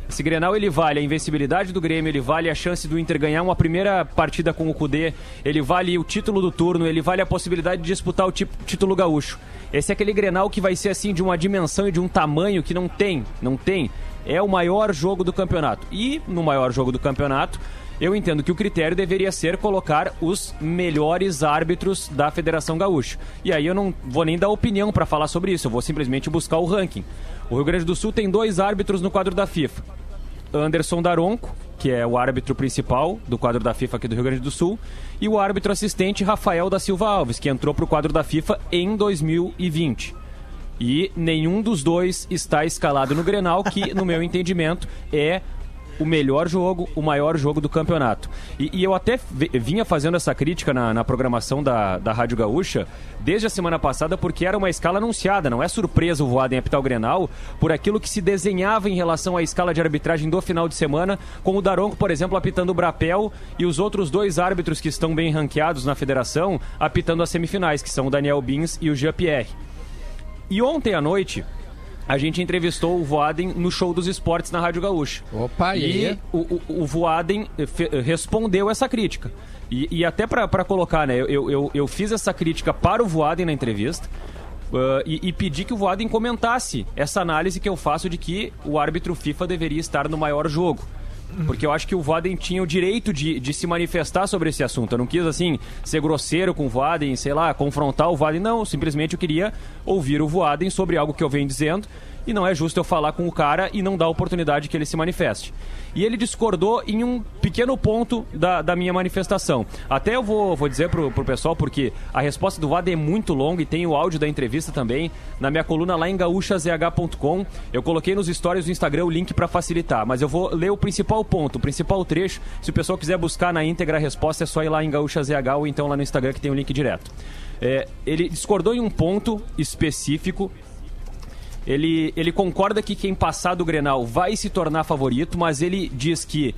[SPEAKER 6] Esse Grenal ele vale a invencibilidade do Grêmio, ele vale a chance do Inter ganhar uma primeira partida com o Cudê, ele vale o título do turno, ele vale a possibilidade de disputar o ti- título gaúcho. Esse é aquele Grenal que vai ser assim de uma dimensão e de um tamanho que não tem, não tem. É o maior jogo do campeonato. E no maior jogo do campeonato, eu entendo que o critério deveria ser colocar os melhores árbitros da Federação Gaúcha. E aí eu não vou nem dar opinião para falar sobre isso, eu vou simplesmente buscar o ranking. O Rio Grande do Sul tem dois árbitros no quadro da FIFA. Anderson Daronco, que é o árbitro principal do quadro da FIFA aqui do Rio Grande do Sul, e o árbitro assistente Rafael da Silva Alves, que entrou para o quadro da FIFA em 2020. E nenhum dos dois está escalado no Grenal, que, no meu entendimento, é o melhor jogo, o maior jogo do campeonato. E, e eu até vi- vinha fazendo essa crítica na, na programação da, da Rádio Gaúcha desde a semana passada, porque era uma escala anunciada. Não é surpresa o voado em Apital Grenal por aquilo que se desenhava em relação à escala de arbitragem do final de semana, com o Daronco, por exemplo, apitando o Brapel e os outros dois árbitros que estão bem ranqueados na federação apitando as semifinais, que são o Daniel Bins e o Jean-Pierre. E ontem à noite, a gente entrevistou o Voaden no show dos esportes na Rádio Gaúcha.
[SPEAKER 1] Opa, e
[SPEAKER 6] e
[SPEAKER 1] aí?
[SPEAKER 6] o, o, o Voaden eh, fe- eh, respondeu essa crítica. E, e até para colocar, né? Eu, eu, eu fiz essa crítica para o Voaden na entrevista. ah, e, e pedi que o Voaden comentasse essa análise que eu faço de que o árbitro FIFA deveria estar no maior jogo. Porque eu acho que o Vaden tinha o direito de, de se manifestar sobre esse assunto. Eu não quis, assim, ser grosseiro com o Vaden, sei lá, confrontar o Vaden. Não, simplesmente eu queria ouvir o Vaden sobre algo que eu venho dizendo. E não é justo eu falar com o cara e não dar a oportunidade que ele se manifeste. E ele discordou em um pequeno ponto da, da minha manifestação. Até eu vou, vou dizer pro, pro pessoal, porque a resposta do Vaden é muito longa e tem o áudio da entrevista também na minha coluna lá em gaúchazh.com. Eu coloquei nos stories do Instagram o link para facilitar, mas eu vou ler o principal ponto, o principal trecho. Se o pessoal quiser buscar na íntegra a resposta, é só ir lá em gaúchazh ou então lá no Instagram que tem o link direto. É, ele discordou em um ponto específico ele, ele concorda que quem passar do Grenal vai se tornar favorito, mas ele diz que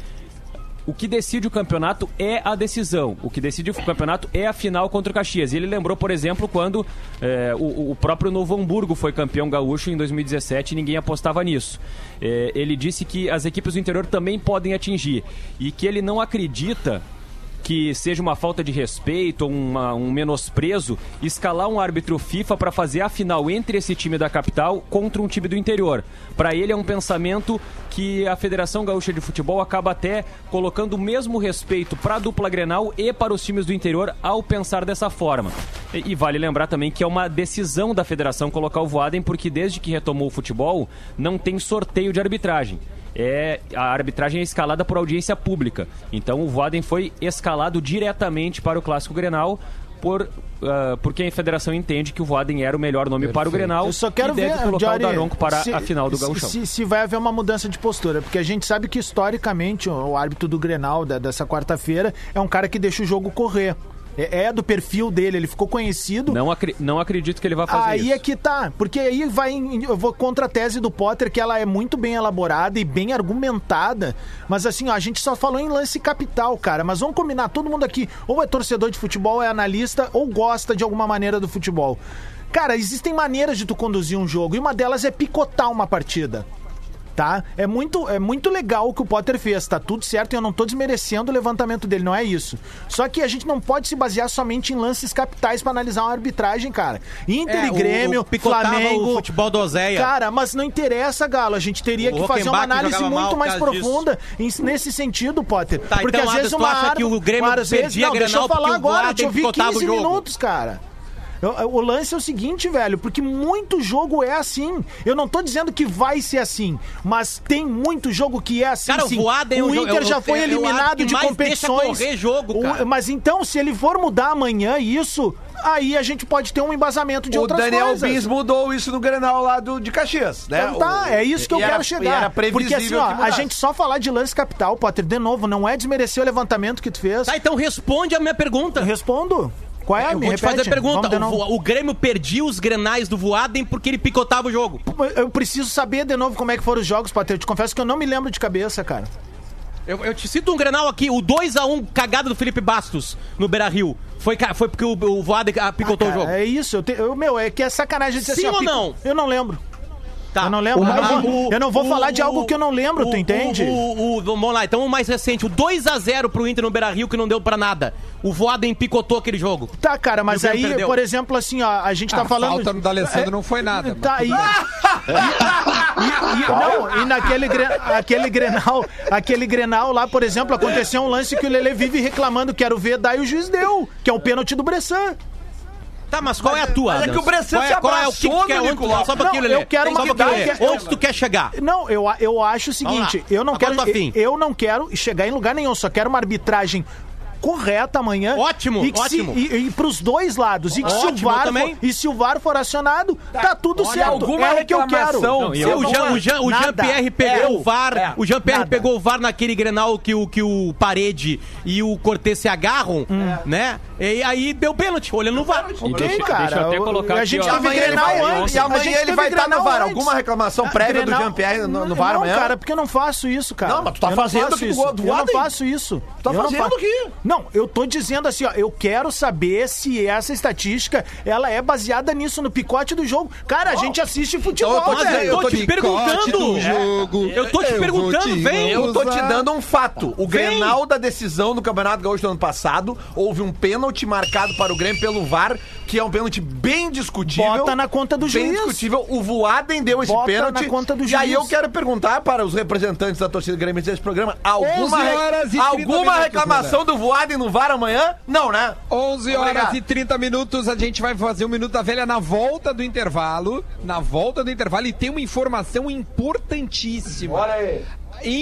[SPEAKER 6] o que decide o campeonato é a decisão. O que decide o campeonato é a final contra o Caxias. E ele lembrou, por exemplo, quando é, o, o próprio Novo Hamburgo foi campeão gaúcho em 2017 e ninguém apostava nisso. É, ele disse que as equipes do interior também podem atingir e que ele não acredita que seja uma falta de respeito, ou uma- um menosprezo, escalar um árbitro FIFA para fazer a final entre esse time da capital contra um time do interior. Para ele é um pensamento que a Federação Gaúcha de Futebol acaba até colocando o mesmo respeito para a dupla Grenal e para os times do interior ao pensar dessa forma. E, e vale lembrar também que é uma decisão da Federação colocar o Voaden porque desde que retomou o futebol não tem sorteio de arbitragem é a arbitragem é escalada por audiência pública. Então o Voaden foi escalado diretamente para o clássico Grenal por ah, porque a federação entende que o Voaden era o melhor nome para o Grenal
[SPEAKER 3] Eu só quero
[SPEAKER 6] e deve
[SPEAKER 3] ver
[SPEAKER 6] colocar
[SPEAKER 3] Jory,
[SPEAKER 6] o Daronco para
[SPEAKER 3] se-
[SPEAKER 6] a final do
[SPEAKER 3] se-
[SPEAKER 6] Gauchão.
[SPEAKER 3] Se, se vai haver uma mudança de postura, porque a gente sabe que historicamente o o árbitro do Grenal da- dessa quarta-feira é um cara que deixa o jogo correr. É, é do perfil dele, ele ficou conhecido.
[SPEAKER 6] Não, acri- não acredito que ele vai fazer
[SPEAKER 3] aí
[SPEAKER 6] isso.
[SPEAKER 3] é que tá, porque aí vai em- eu vou contra a tese do Potter que ela é muito bem elaborada e bem argumentada, mas assim, ó, a gente só falou em lance capital, cara, mas vamos combinar, todo mundo aqui ou é torcedor de futebol, é analista ou gosta de alguma maneira do futebol. Cara, existem maneiras de tu conduzir um jogo e uma delas é picotar uma partida tá? É muito, é muito legal o que o Potter fez, tá tudo certo e eu não tô desmerecendo o levantamento dele, não é isso. Só que a gente não pode se basear somente em lances capitais pra analisar uma arbitragem, cara. Inter
[SPEAKER 5] É,
[SPEAKER 3] e
[SPEAKER 5] o-
[SPEAKER 3] Grêmio,
[SPEAKER 5] o picotava
[SPEAKER 3] Flamengo...
[SPEAKER 5] o futebol do Oséia.
[SPEAKER 3] Cara, mas não interessa, Galo, a gente teria
[SPEAKER 5] O
[SPEAKER 3] que fazer uma
[SPEAKER 5] Hockenbach
[SPEAKER 3] análise
[SPEAKER 5] jogava mal
[SPEAKER 3] muito
[SPEAKER 5] por
[SPEAKER 3] mais
[SPEAKER 5] causa disso.
[SPEAKER 3] profunda em- nesse sentido, Potter.
[SPEAKER 5] Tá,
[SPEAKER 3] Porque
[SPEAKER 5] então,
[SPEAKER 3] às
[SPEAKER 5] Adams,
[SPEAKER 3] vezes
[SPEAKER 5] tu
[SPEAKER 3] uma
[SPEAKER 5] acha
[SPEAKER 3] ar-
[SPEAKER 5] que o Grêmio
[SPEAKER 3] uma- às vezes,
[SPEAKER 5] perdia
[SPEAKER 3] não,
[SPEAKER 5] a
[SPEAKER 3] deixa eu
[SPEAKER 5] Grenal porque
[SPEAKER 3] falar
[SPEAKER 5] o
[SPEAKER 3] agora, eu te
[SPEAKER 5] Boateng
[SPEAKER 3] ouvi
[SPEAKER 5] picotava o
[SPEAKER 3] 15
[SPEAKER 5] jogo.
[SPEAKER 3] minutos minutos, cara. Eu- eu- O lance é o seguinte, velho, porque muito jogo é assim. Eu não tô dizendo que vai ser assim, mas tem muito jogo que é assim.
[SPEAKER 5] Cara, o
[SPEAKER 3] sim.
[SPEAKER 5] Voaden é um
[SPEAKER 3] o
[SPEAKER 5] jo-
[SPEAKER 3] Inter
[SPEAKER 5] é o-
[SPEAKER 3] já
[SPEAKER 5] é-
[SPEAKER 3] foi
[SPEAKER 5] é o árbitro
[SPEAKER 3] eliminado
[SPEAKER 5] que
[SPEAKER 3] de
[SPEAKER 5] mais
[SPEAKER 3] competições.
[SPEAKER 5] deixa correr jogo,
[SPEAKER 3] O-
[SPEAKER 5] cara.
[SPEAKER 3] mas então, se ele for mudar amanhã isso, aí a gente pode ter um embasamento de
[SPEAKER 2] o
[SPEAKER 3] outras
[SPEAKER 2] Daniel
[SPEAKER 3] coisas.
[SPEAKER 2] Bins mudou isso no Grenal lá do, de Caxias, né?
[SPEAKER 3] Então tá,
[SPEAKER 2] O-
[SPEAKER 3] é isso que eu
[SPEAKER 2] e
[SPEAKER 3] quero
[SPEAKER 2] era- e
[SPEAKER 3] chegar.
[SPEAKER 2] Era
[SPEAKER 3] Porque
[SPEAKER 2] previsível
[SPEAKER 3] assim, ó,
[SPEAKER 2] que
[SPEAKER 3] a
[SPEAKER 2] mudasse.
[SPEAKER 3] gente só falar de lance capital, Potter, de novo, não é desmerecer o levantamento que tu fez.
[SPEAKER 5] Tá, então responde a minha pergunta.
[SPEAKER 3] Eu respondo. Qual é a
[SPEAKER 5] Eu vou te fazer a pergunta. O,
[SPEAKER 3] novo.
[SPEAKER 5] Vo- o Grêmio perdia os grenais do Voaden porque ele picotava o jogo.
[SPEAKER 3] Eu preciso saber de novo como é que foram os jogos, Pater. Eu te confesso que eu não me lembro de cabeça, cara.
[SPEAKER 5] Eu, eu te cito um grenal aqui, o 2x1 cagada do Felipe Bastos no Beira Rio. Foi, ca- foi porque o, o Voaden ah, picotou
[SPEAKER 3] Cara,
[SPEAKER 5] o jogo.
[SPEAKER 3] É isso. Eu te- eu- meu, é que é sacanagem dizer
[SPEAKER 5] Sim
[SPEAKER 3] assim, ó,
[SPEAKER 5] ou
[SPEAKER 3] pico-
[SPEAKER 5] não?
[SPEAKER 3] Eu não lembro.
[SPEAKER 5] Tá.
[SPEAKER 3] é, Eu não lembro.
[SPEAKER 5] Ah,
[SPEAKER 3] eu, não vou,
[SPEAKER 5] o-
[SPEAKER 3] eu não vou
[SPEAKER 5] o-
[SPEAKER 3] falar de algo que eu não lembro,
[SPEAKER 5] o-
[SPEAKER 3] tu entende?
[SPEAKER 5] O, o- o- vamos lá, então o mais recente, o 2x0 pro Inter no Beira Rio que não deu pra nada. O Voaden picotou aquele jogo.
[SPEAKER 3] Tá, cara, mas
[SPEAKER 5] E o Grêmio
[SPEAKER 3] aí,
[SPEAKER 5] perdeu. Ah,
[SPEAKER 3] por exemplo, assim, ó, a gente tá
[SPEAKER 1] a
[SPEAKER 3] falando.
[SPEAKER 1] falta do
[SPEAKER 5] É.
[SPEAKER 1] Alessandro não foi nada. mas-
[SPEAKER 3] Tá aí. E, e- não, e naquele gre- aquele Grenal, aquele Grenal lá, por exemplo, aconteceu um lance que o Lele vive reclamando, quero ver, daí o juiz deu, que é o pênalti do Bressan.
[SPEAKER 5] Tá, mas qual é a tua?
[SPEAKER 2] mas é que
[SPEAKER 5] Adams?
[SPEAKER 2] o Bressan
[SPEAKER 5] qual é, qual
[SPEAKER 2] se
[SPEAKER 5] é o que,
[SPEAKER 2] abraçou
[SPEAKER 5] que é
[SPEAKER 2] no
[SPEAKER 5] onde,
[SPEAKER 2] Nicolau.
[SPEAKER 5] Só um pouquinho,
[SPEAKER 3] Não,
[SPEAKER 5] Lele.
[SPEAKER 3] eu quero
[SPEAKER 5] Só
[SPEAKER 3] uma-
[SPEAKER 5] um pouquinho,
[SPEAKER 3] eu
[SPEAKER 5] Lele.
[SPEAKER 3] quero-
[SPEAKER 5] Onde tu quer chegar?
[SPEAKER 3] Não, eu, a- eu acho o
[SPEAKER 5] Vamos lá.
[SPEAKER 3] seguinte, eu não
[SPEAKER 5] Agora
[SPEAKER 3] quero
[SPEAKER 5] tô afim.
[SPEAKER 3] eu, eu não quero chegar em lugar nenhum, só quero uma arbitragem correta amanhã.
[SPEAKER 5] Ótimo,
[SPEAKER 3] e que se-
[SPEAKER 5] ótimo.
[SPEAKER 3] e, e pros dois lados. E, que se o
[SPEAKER 5] Ótimo
[SPEAKER 3] VAR
[SPEAKER 5] também.
[SPEAKER 3] for, e se o VAR for acionado, tá tudo
[SPEAKER 2] Olha,
[SPEAKER 3] certo.
[SPEAKER 2] alguma
[SPEAKER 3] é o que eu quero.
[SPEAKER 2] reclamação.
[SPEAKER 6] Não, e
[SPEAKER 5] Seu,
[SPEAKER 6] eu-
[SPEAKER 5] o Jean, o Jean, o
[SPEAKER 3] Nada.
[SPEAKER 5] Jean Pierre pegou
[SPEAKER 2] Eu.
[SPEAKER 5] o VAR.
[SPEAKER 2] É.
[SPEAKER 5] O Jean Pierre
[SPEAKER 3] Nada.
[SPEAKER 5] pegou o VAR naquele Grenal que o que o Parede e o Cortez se agarram, né? E aí deu pênalti, olhando no VAR.
[SPEAKER 6] E
[SPEAKER 3] Ok,
[SPEAKER 6] deixa,
[SPEAKER 3] cara,
[SPEAKER 6] deixa eu até
[SPEAKER 3] eu-
[SPEAKER 6] colocar
[SPEAKER 3] a
[SPEAKER 6] aqui,
[SPEAKER 3] gente tá
[SPEAKER 6] ó.
[SPEAKER 3] tava em
[SPEAKER 2] Amanhã ele vai-
[SPEAKER 3] Grenal antes,
[SPEAKER 2] e
[SPEAKER 3] a
[SPEAKER 2] amanhã
[SPEAKER 3] gente
[SPEAKER 2] ele
[SPEAKER 3] teve
[SPEAKER 2] vai estar no
[SPEAKER 3] Grenal
[SPEAKER 2] VAR.
[SPEAKER 3] antes.
[SPEAKER 2] Alguma reclamação prévia do Jean-Pierre no, no VAR
[SPEAKER 3] não,
[SPEAKER 2] amanhã?
[SPEAKER 3] cara, porque eu não faço isso, cara.
[SPEAKER 2] Não, mas tu tá
[SPEAKER 3] Eu não
[SPEAKER 2] fazendo
[SPEAKER 3] faço
[SPEAKER 2] aqui do
[SPEAKER 3] isso.
[SPEAKER 2] gol do
[SPEAKER 3] Eu não
[SPEAKER 2] Adem.
[SPEAKER 3] faço isso.
[SPEAKER 2] tá
[SPEAKER 3] Eu não
[SPEAKER 2] fazendo
[SPEAKER 3] fa-
[SPEAKER 2] aqui.
[SPEAKER 3] Não, eu tô dizendo assim, ó, eu quero saber se essa estatística, ela é baseada nisso, no picote do jogo. Cara, a gente assiste futebol,
[SPEAKER 2] então eu tô
[SPEAKER 3] velho.
[SPEAKER 2] dizendo, eu tô
[SPEAKER 5] te
[SPEAKER 2] de
[SPEAKER 5] perguntando. É.
[SPEAKER 1] do jogo.
[SPEAKER 5] Eu tô te
[SPEAKER 1] vou
[SPEAKER 5] perguntando, vem.
[SPEAKER 2] Eu tô te
[SPEAKER 1] usar.
[SPEAKER 2] dando um fato. O Grenal da decisão do Campeonato Gaúcho do ano passado, houve um pênalti marcado para o Grêmio pelo VAR, que é um pênalti bem discutível.
[SPEAKER 3] Bota na conta do
[SPEAKER 2] bem
[SPEAKER 3] juiz.
[SPEAKER 2] discutível. O Voaden deu esse
[SPEAKER 3] Bota
[SPEAKER 2] pênalti.
[SPEAKER 3] na conta do
[SPEAKER 2] E aí
[SPEAKER 3] juiz.
[SPEAKER 2] eu quero perguntar para os representantes da torcida grêmio desse programa, alguma,
[SPEAKER 1] 11 horas e 30
[SPEAKER 2] alguma
[SPEAKER 1] minutos,
[SPEAKER 2] reclamação do Voaden no VAR amanhã? Não, né?
[SPEAKER 1] 11 horas
[SPEAKER 2] Obrigado.
[SPEAKER 1] e 30 minutos, a gente vai fazer o Minuto da Velha na volta do intervalo. Na volta do intervalo, e tem uma informação importantíssima. Olha aí.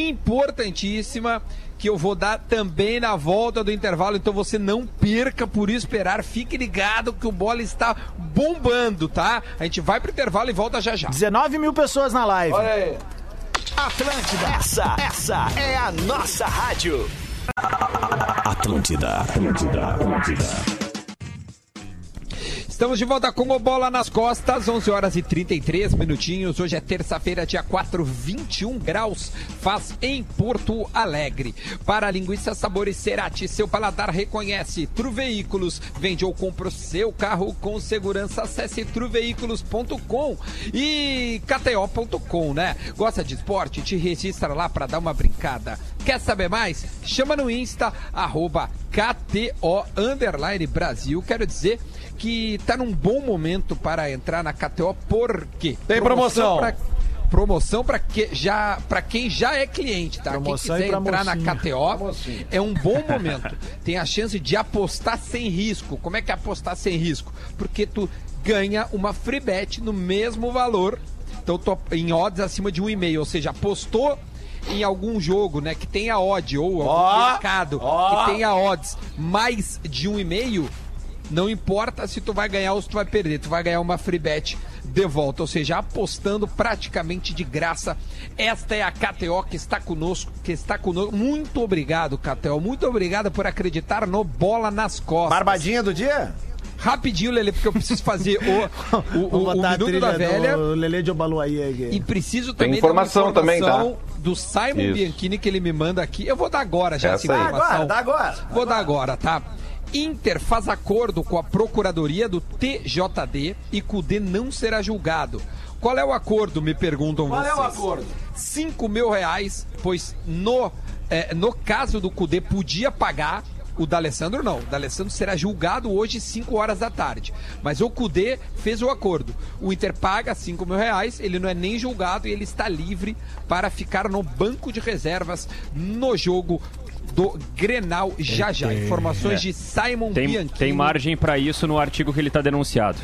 [SPEAKER 1] Importantíssima, que eu vou dar também na volta do intervalo. Então você não perca por esperar. Fique ligado que o bola está bombando, tá? A gente vai pro intervalo e volta já já.
[SPEAKER 3] 19 mil pessoas na live.
[SPEAKER 8] Essa, essa é a nossa rádio. Atlântida, Atlântida, Atlântida.
[SPEAKER 1] Estamos de volta com o Bola nas Costas, 11 horas e 33 minutinhos. Hoje é terça-feira, dia 4, 21 graus, faz em Porto Alegre. Para linguiça sabores Cerati, seu paladar reconhece. Tru Veículos, vende ou compra o seu carro com segurança. Acesse truveículos.com e kto.com, né? Gosta de esporte? Te registra lá para dar uma brincada. Quer saber mais? Chama no Insta, arroba KTO Underline Brasil. Quero dizer que tá num bom momento para entrar na KTO, porque
[SPEAKER 2] Tem promoção.
[SPEAKER 1] pra- promoção para que já para quem já é cliente, tá?
[SPEAKER 3] Promoção e
[SPEAKER 1] quem quiser
[SPEAKER 3] pra
[SPEAKER 1] entrar na
[SPEAKER 3] mocinha.
[SPEAKER 1] KTO é um bom momento. Tem a chance de apostar sem risco. Como é que é apostar sem risco? Porque tu ganha uma free bet no mesmo valor. Então tô em odds acima de um e meio, ou seja, apostou em algum jogo, né, que tenha odd ou algum
[SPEAKER 2] Ó,
[SPEAKER 1] mercado
[SPEAKER 2] ó.
[SPEAKER 1] que tenha odds mais de um e meio, não importa se tu vai ganhar ou se tu vai perder, tu vai ganhar uma free bet de volta, ou seja, apostando praticamente de graça. Esta é a KTO que está conosco, que está conosco. Muito obrigado, KTO. Muito obrigado por acreditar no Bola nas Costas.
[SPEAKER 2] Barbadinha do dia?
[SPEAKER 1] Rapidinho, Lele, porque eu preciso fazer o, o,
[SPEAKER 3] Vou
[SPEAKER 1] o, o
[SPEAKER 3] botar a
[SPEAKER 1] minuto
[SPEAKER 3] trilha
[SPEAKER 1] da
[SPEAKER 3] do
[SPEAKER 1] velha.
[SPEAKER 3] Lelê de Obaluaí aí.
[SPEAKER 1] E preciso também
[SPEAKER 4] informação
[SPEAKER 1] dar uma
[SPEAKER 4] também,
[SPEAKER 1] informação
[SPEAKER 4] tá?
[SPEAKER 1] do Simon
[SPEAKER 4] Isso.
[SPEAKER 1] Bianchini que ele me manda aqui. Eu vou dar agora já
[SPEAKER 4] Essa aí. Dá
[SPEAKER 2] Agora, dá agora.
[SPEAKER 1] Vou dar agora, tá? Inter faz acordo com a Procuradoria do TJD e Cudê não será julgado. Qual é o acordo, me perguntam
[SPEAKER 2] Qual
[SPEAKER 1] vocês?
[SPEAKER 2] é o acordo?
[SPEAKER 1] 5 mil reais, pois no, eh, no caso do Cudê podia pagar, o D'Alessandro não. O D'Alessandro será julgado hoje 5 horas da tarde. Mas o Cudê fez o acordo. O Inter paga 5 mil reais, ele não é nem julgado e ele está livre para ficar no banco de reservas no jogo do Grenal já já. Informações de Simon
[SPEAKER 6] Tem,
[SPEAKER 1] Bianchini.
[SPEAKER 6] tem margem pra isso no artigo que ele tá denunciado.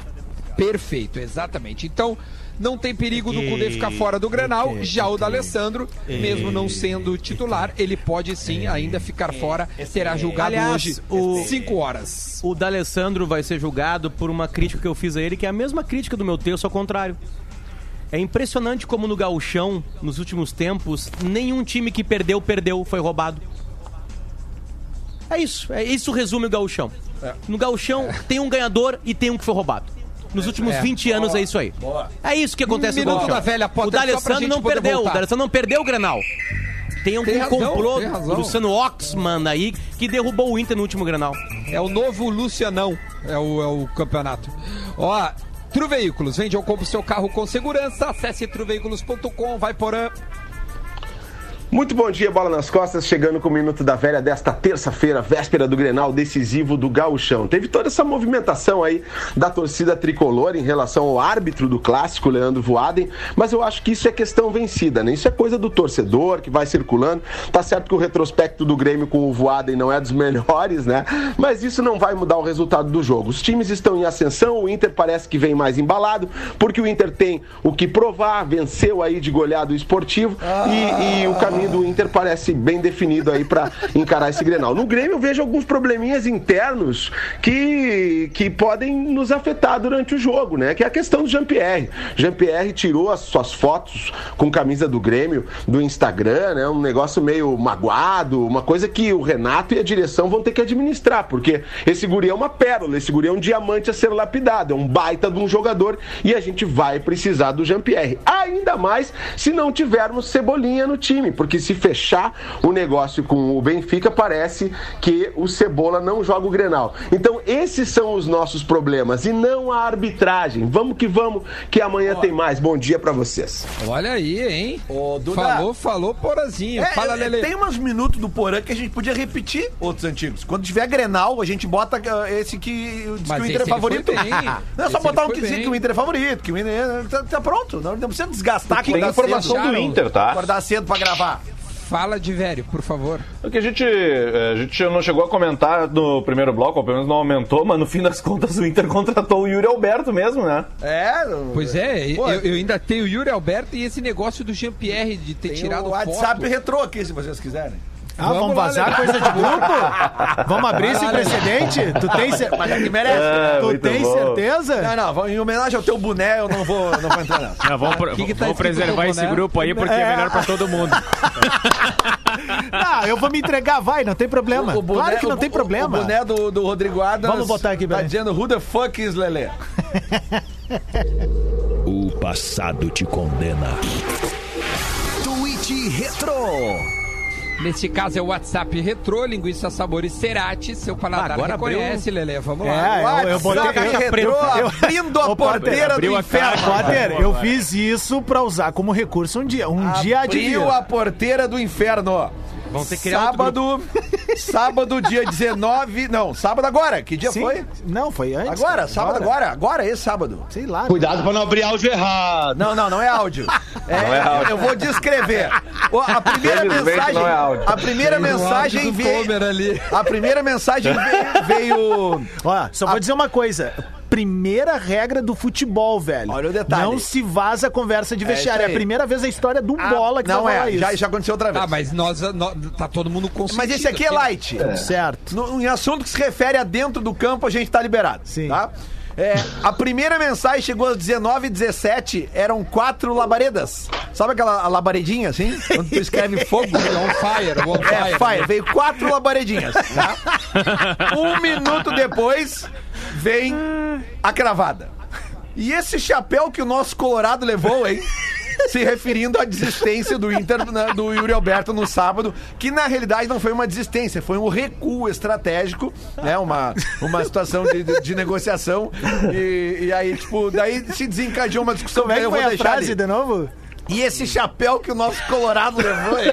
[SPEAKER 1] Perfeito, exatamente. Então, não tem perigo do Cudê ficar fora do Grenal. Já o da Alessandro, mesmo não sendo titular, ele pode sim ainda ficar
[SPEAKER 2] É.
[SPEAKER 1] fora. Será julgado
[SPEAKER 5] É. Aliás,
[SPEAKER 1] hoje,
[SPEAKER 5] o-
[SPEAKER 1] 5 horas.
[SPEAKER 5] O D'Alessandro vai ser julgado por uma crítica que eu fiz a ele, que é a mesma crítica do meu texto, ao contrário. É impressionante como no gauchão, nos últimos tempos, nenhum time que perdeu, perdeu, foi roubado. É isso, é isso resume o gauchão.
[SPEAKER 1] É.
[SPEAKER 5] No gauchão tem um ganhador e tem um que foi roubado. Nos últimos 20 anos é isso aí. É isso que acontece
[SPEAKER 1] Minuto
[SPEAKER 5] no gauchão.
[SPEAKER 1] da velha, Potter,
[SPEAKER 5] o
[SPEAKER 1] só pra
[SPEAKER 5] D'Alessandro
[SPEAKER 1] gente
[SPEAKER 5] não
[SPEAKER 1] poder
[SPEAKER 5] perdeu, o
[SPEAKER 1] voltar.
[SPEAKER 5] D'Alessandro não perdeu o Grenal. Tem um
[SPEAKER 1] Tem razão,
[SPEAKER 5] complô
[SPEAKER 1] tem
[SPEAKER 5] do
[SPEAKER 1] razão.
[SPEAKER 5] Luciano Oxman aí que derrubou o Inter no último Grenal.
[SPEAKER 1] É o novo Lucianão, é o, é o campeonato. Ó, Tru Veículos, vende ou compra o seu carro com segurança. Acesse truveículos.com, vai porã.
[SPEAKER 9] Muito bom dia, bola nas costas, chegando com o Minuto da Velha desta terça-feira, véspera do Grenal decisivo do Gauchão. Teve toda essa movimentação aí da torcida tricolor em relação ao árbitro do clássico, Leandro Voaden, mas eu acho que isso é questão vencida, né? Isso é coisa do torcedor que vai circulando. Tá certo que o retrospecto do Grêmio com o Voaden não é dos melhores, né? Mas isso não vai mudar o resultado do jogo. Os times estão em ascensão, o Inter parece que vem mais embalado, porque o Inter tem o que provar, venceu aí de goleado o esportivo e, e o caminho do Inter parece bem definido aí para encarar esse Grenal. No Grêmio eu vejo alguns probleminhas internos que, que podem nos afetar durante o jogo, né? Que é a questão do Jean-Pierre. Jean-Pierre tirou as suas fotos com camisa do Grêmio do Instagram, né? Um negócio meio magoado, uma coisa que o Renato e a direção vão ter que administrar, porque esse guri é uma pérola, esse guri é um diamante a ser lapidado, é um baita de um jogador e a gente vai precisar do Jean-Pierre. Ainda mais se não tivermos Cebolinha no time, porque se fechar o negócio com o Benfica, parece que o Cebola não joga o Grenal. Então, esses são os nossos problemas e não a arbitragem. Vamos que vamos, que amanhã tem mais. Bom dia pra vocês.
[SPEAKER 1] Olha aí, hein?
[SPEAKER 2] Ô, Duda.
[SPEAKER 1] Falou, falou, porazinho.
[SPEAKER 2] É,
[SPEAKER 1] Fala,
[SPEAKER 2] é,
[SPEAKER 1] Lele.
[SPEAKER 2] Tem umas minutos do Porã que a gente podia repetir outros antigos. Quando tiver Grenal, a gente bota ah, esse que, diz
[SPEAKER 1] Mas
[SPEAKER 2] que o
[SPEAKER 1] esse
[SPEAKER 2] Inter é
[SPEAKER 1] ele
[SPEAKER 2] favorito.
[SPEAKER 1] foi bem.
[SPEAKER 2] Não, é só
[SPEAKER 1] Esse
[SPEAKER 2] botar
[SPEAKER 1] ele foi
[SPEAKER 2] um que diz
[SPEAKER 1] bem.
[SPEAKER 2] que o Inter é favorito, que o Inter tá, tá pronto. Não, não precisa desgastar
[SPEAKER 4] Tem
[SPEAKER 2] acordar
[SPEAKER 4] informação
[SPEAKER 2] cedo.
[SPEAKER 4] do Inter, tá?
[SPEAKER 2] Acordar cedo pra gravar.
[SPEAKER 1] Fala de velho, por favor.
[SPEAKER 4] O que a gente, eh, a gente não chegou a comentar no primeiro bloco, ou pelo menos não aumentou, mas no fim das contas o Inter contratou o Yuri Alberto mesmo, né?
[SPEAKER 2] É,
[SPEAKER 1] Pois é,
[SPEAKER 2] Pô,
[SPEAKER 1] eu, eu ainda tenho o Yuri Alberto e esse negócio do Jean-Pierre de ter
[SPEAKER 2] tem
[SPEAKER 1] tirado
[SPEAKER 2] o
[SPEAKER 1] foto.
[SPEAKER 2] WhatsApp retrô aqui, se vocês quiserem.
[SPEAKER 3] Ah, vamos,
[SPEAKER 2] né?
[SPEAKER 3] vazar coisa de grupo? vamos abrir esse precedente? Tu tem certeza? Mas é que merece.
[SPEAKER 4] É,
[SPEAKER 3] tu
[SPEAKER 4] muito
[SPEAKER 3] tem
[SPEAKER 4] bom.
[SPEAKER 3] certeza?
[SPEAKER 2] Não, não, vamos- em homenagem ao teu boné, eu não vou, não vou entrar nessa.
[SPEAKER 6] Não, vamos pro-
[SPEAKER 1] que que tá
[SPEAKER 6] vamos
[SPEAKER 1] escrito no
[SPEAKER 6] preservar esse
[SPEAKER 5] né?
[SPEAKER 1] boné?
[SPEAKER 6] grupo aí porque é,
[SPEAKER 3] É.
[SPEAKER 6] melhor pra todo mundo.
[SPEAKER 3] Ah, eu vou me entregar, vai, não tem problema.
[SPEAKER 2] O boné-
[SPEAKER 3] claro que não
[SPEAKER 2] o-
[SPEAKER 3] tem problema.
[SPEAKER 2] O boné do, do Rodrigo Adams.
[SPEAKER 3] Vamos botar aqui,
[SPEAKER 2] Tá
[SPEAKER 3] peraí.
[SPEAKER 2] dizendo, who the fuck is Lelê?
[SPEAKER 10] O passado te condena.
[SPEAKER 8] Twitch Retro.
[SPEAKER 1] Neste caso é o WhatsApp Retro, linguiça sabores Cerati, seu paladar
[SPEAKER 5] Agora
[SPEAKER 1] reconhece, Lelê, vamos lá.
[SPEAKER 3] É, eu, eu botei
[SPEAKER 2] WhatsApp retrô abrindo a
[SPEAKER 3] Ô, Potter,
[SPEAKER 2] porteira do
[SPEAKER 6] abriu a
[SPEAKER 2] inferno.
[SPEAKER 6] caixa.
[SPEAKER 3] Potter, eu fiz isso pra usar como recurso um dia, um dia de
[SPEAKER 2] Abriu a porteira do inferno.
[SPEAKER 5] Vão ter que criar outro
[SPEAKER 2] Sábado, sábado, dia 19. Não, sábado agora. Que dia
[SPEAKER 3] Sim.
[SPEAKER 2] foi?
[SPEAKER 3] Não, foi antes.
[SPEAKER 2] Agora,
[SPEAKER 3] cara,
[SPEAKER 2] sábado agora. Agora, esse sábado.
[SPEAKER 3] Sei lá.
[SPEAKER 7] Cuidado pra não abrir áudio errado.
[SPEAKER 2] Não, não, não é áudio. É, Eu vou descrever. Ó, A primeira
[SPEAKER 4] Felizmente
[SPEAKER 2] mensagem.
[SPEAKER 4] não é áudio.
[SPEAKER 2] A primeira
[SPEAKER 1] um
[SPEAKER 2] mensagem veio.
[SPEAKER 1] ali.
[SPEAKER 2] A primeira mensagem veio. veio-
[SPEAKER 3] Ó, só vou dizer uma coisa. Primeira regra do futebol, velho.
[SPEAKER 2] Olha o detalhe.
[SPEAKER 3] Não se vaza a conversa de vestiário. É,
[SPEAKER 2] isso aí.
[SPEAKER 3] a primeira vez na história do bola que
[SPEAKER 2] não
[SPEAKER 3] vai falar
[SPEAKER 2] é,
[SPEAKER 3] isso.
[SPEAKER 2] já, já aconteceu outra vez.
[SPEAKER 1] Ah, mas nós, nó- tá todo mundo consciente.
[SPEAKER 2] Mas esse aqui é light.
[SPEAKER 3] Certo.
[SPEAKER 2] No, em assunto que se refere a dentro do campo, a gente tá liberado.
[SPEAKER 3] Sim.
[SPEAKER 2] Tá? É, a primeira mensagem chegou às 19h17, eram quatro labaredas. Sabe aquela labaredinha assim? Quando tu escreve fogo?
[SPEAKER 1] É on fire, on fire.
[SPEAKER 2] É, fire. Veio quatro labaredinhas. Tá? Um minuto depois, vem a cravada. E esse chapéu que o nosso Colorado levou, hein? Se referindo à desistência do Inter né, do Yuri Alberto no sábado, que na realidade não foi uma desistência, foi um recuo estratégico, né? Uma, uma situação de, de- de negociação. E, e aí, tipo, daí se desencadeou uma discussão.
[SPEAKER 3] Como é
[SPEAKER 2] daí
[SPEAKER 3] que
[SPEAKER 2] eu
[SPEAKER 3] foi
[SPEAKER 2] vou
[SPEAKER 3] a
[SPEAKER 2] deixar
[SPEAKER 3] frase
[SPEAKER 2] ali.
[SPEAKER 3] de novo?
[SPEAKER 2] E esse chapéu que o nosso Colorado levou, hein?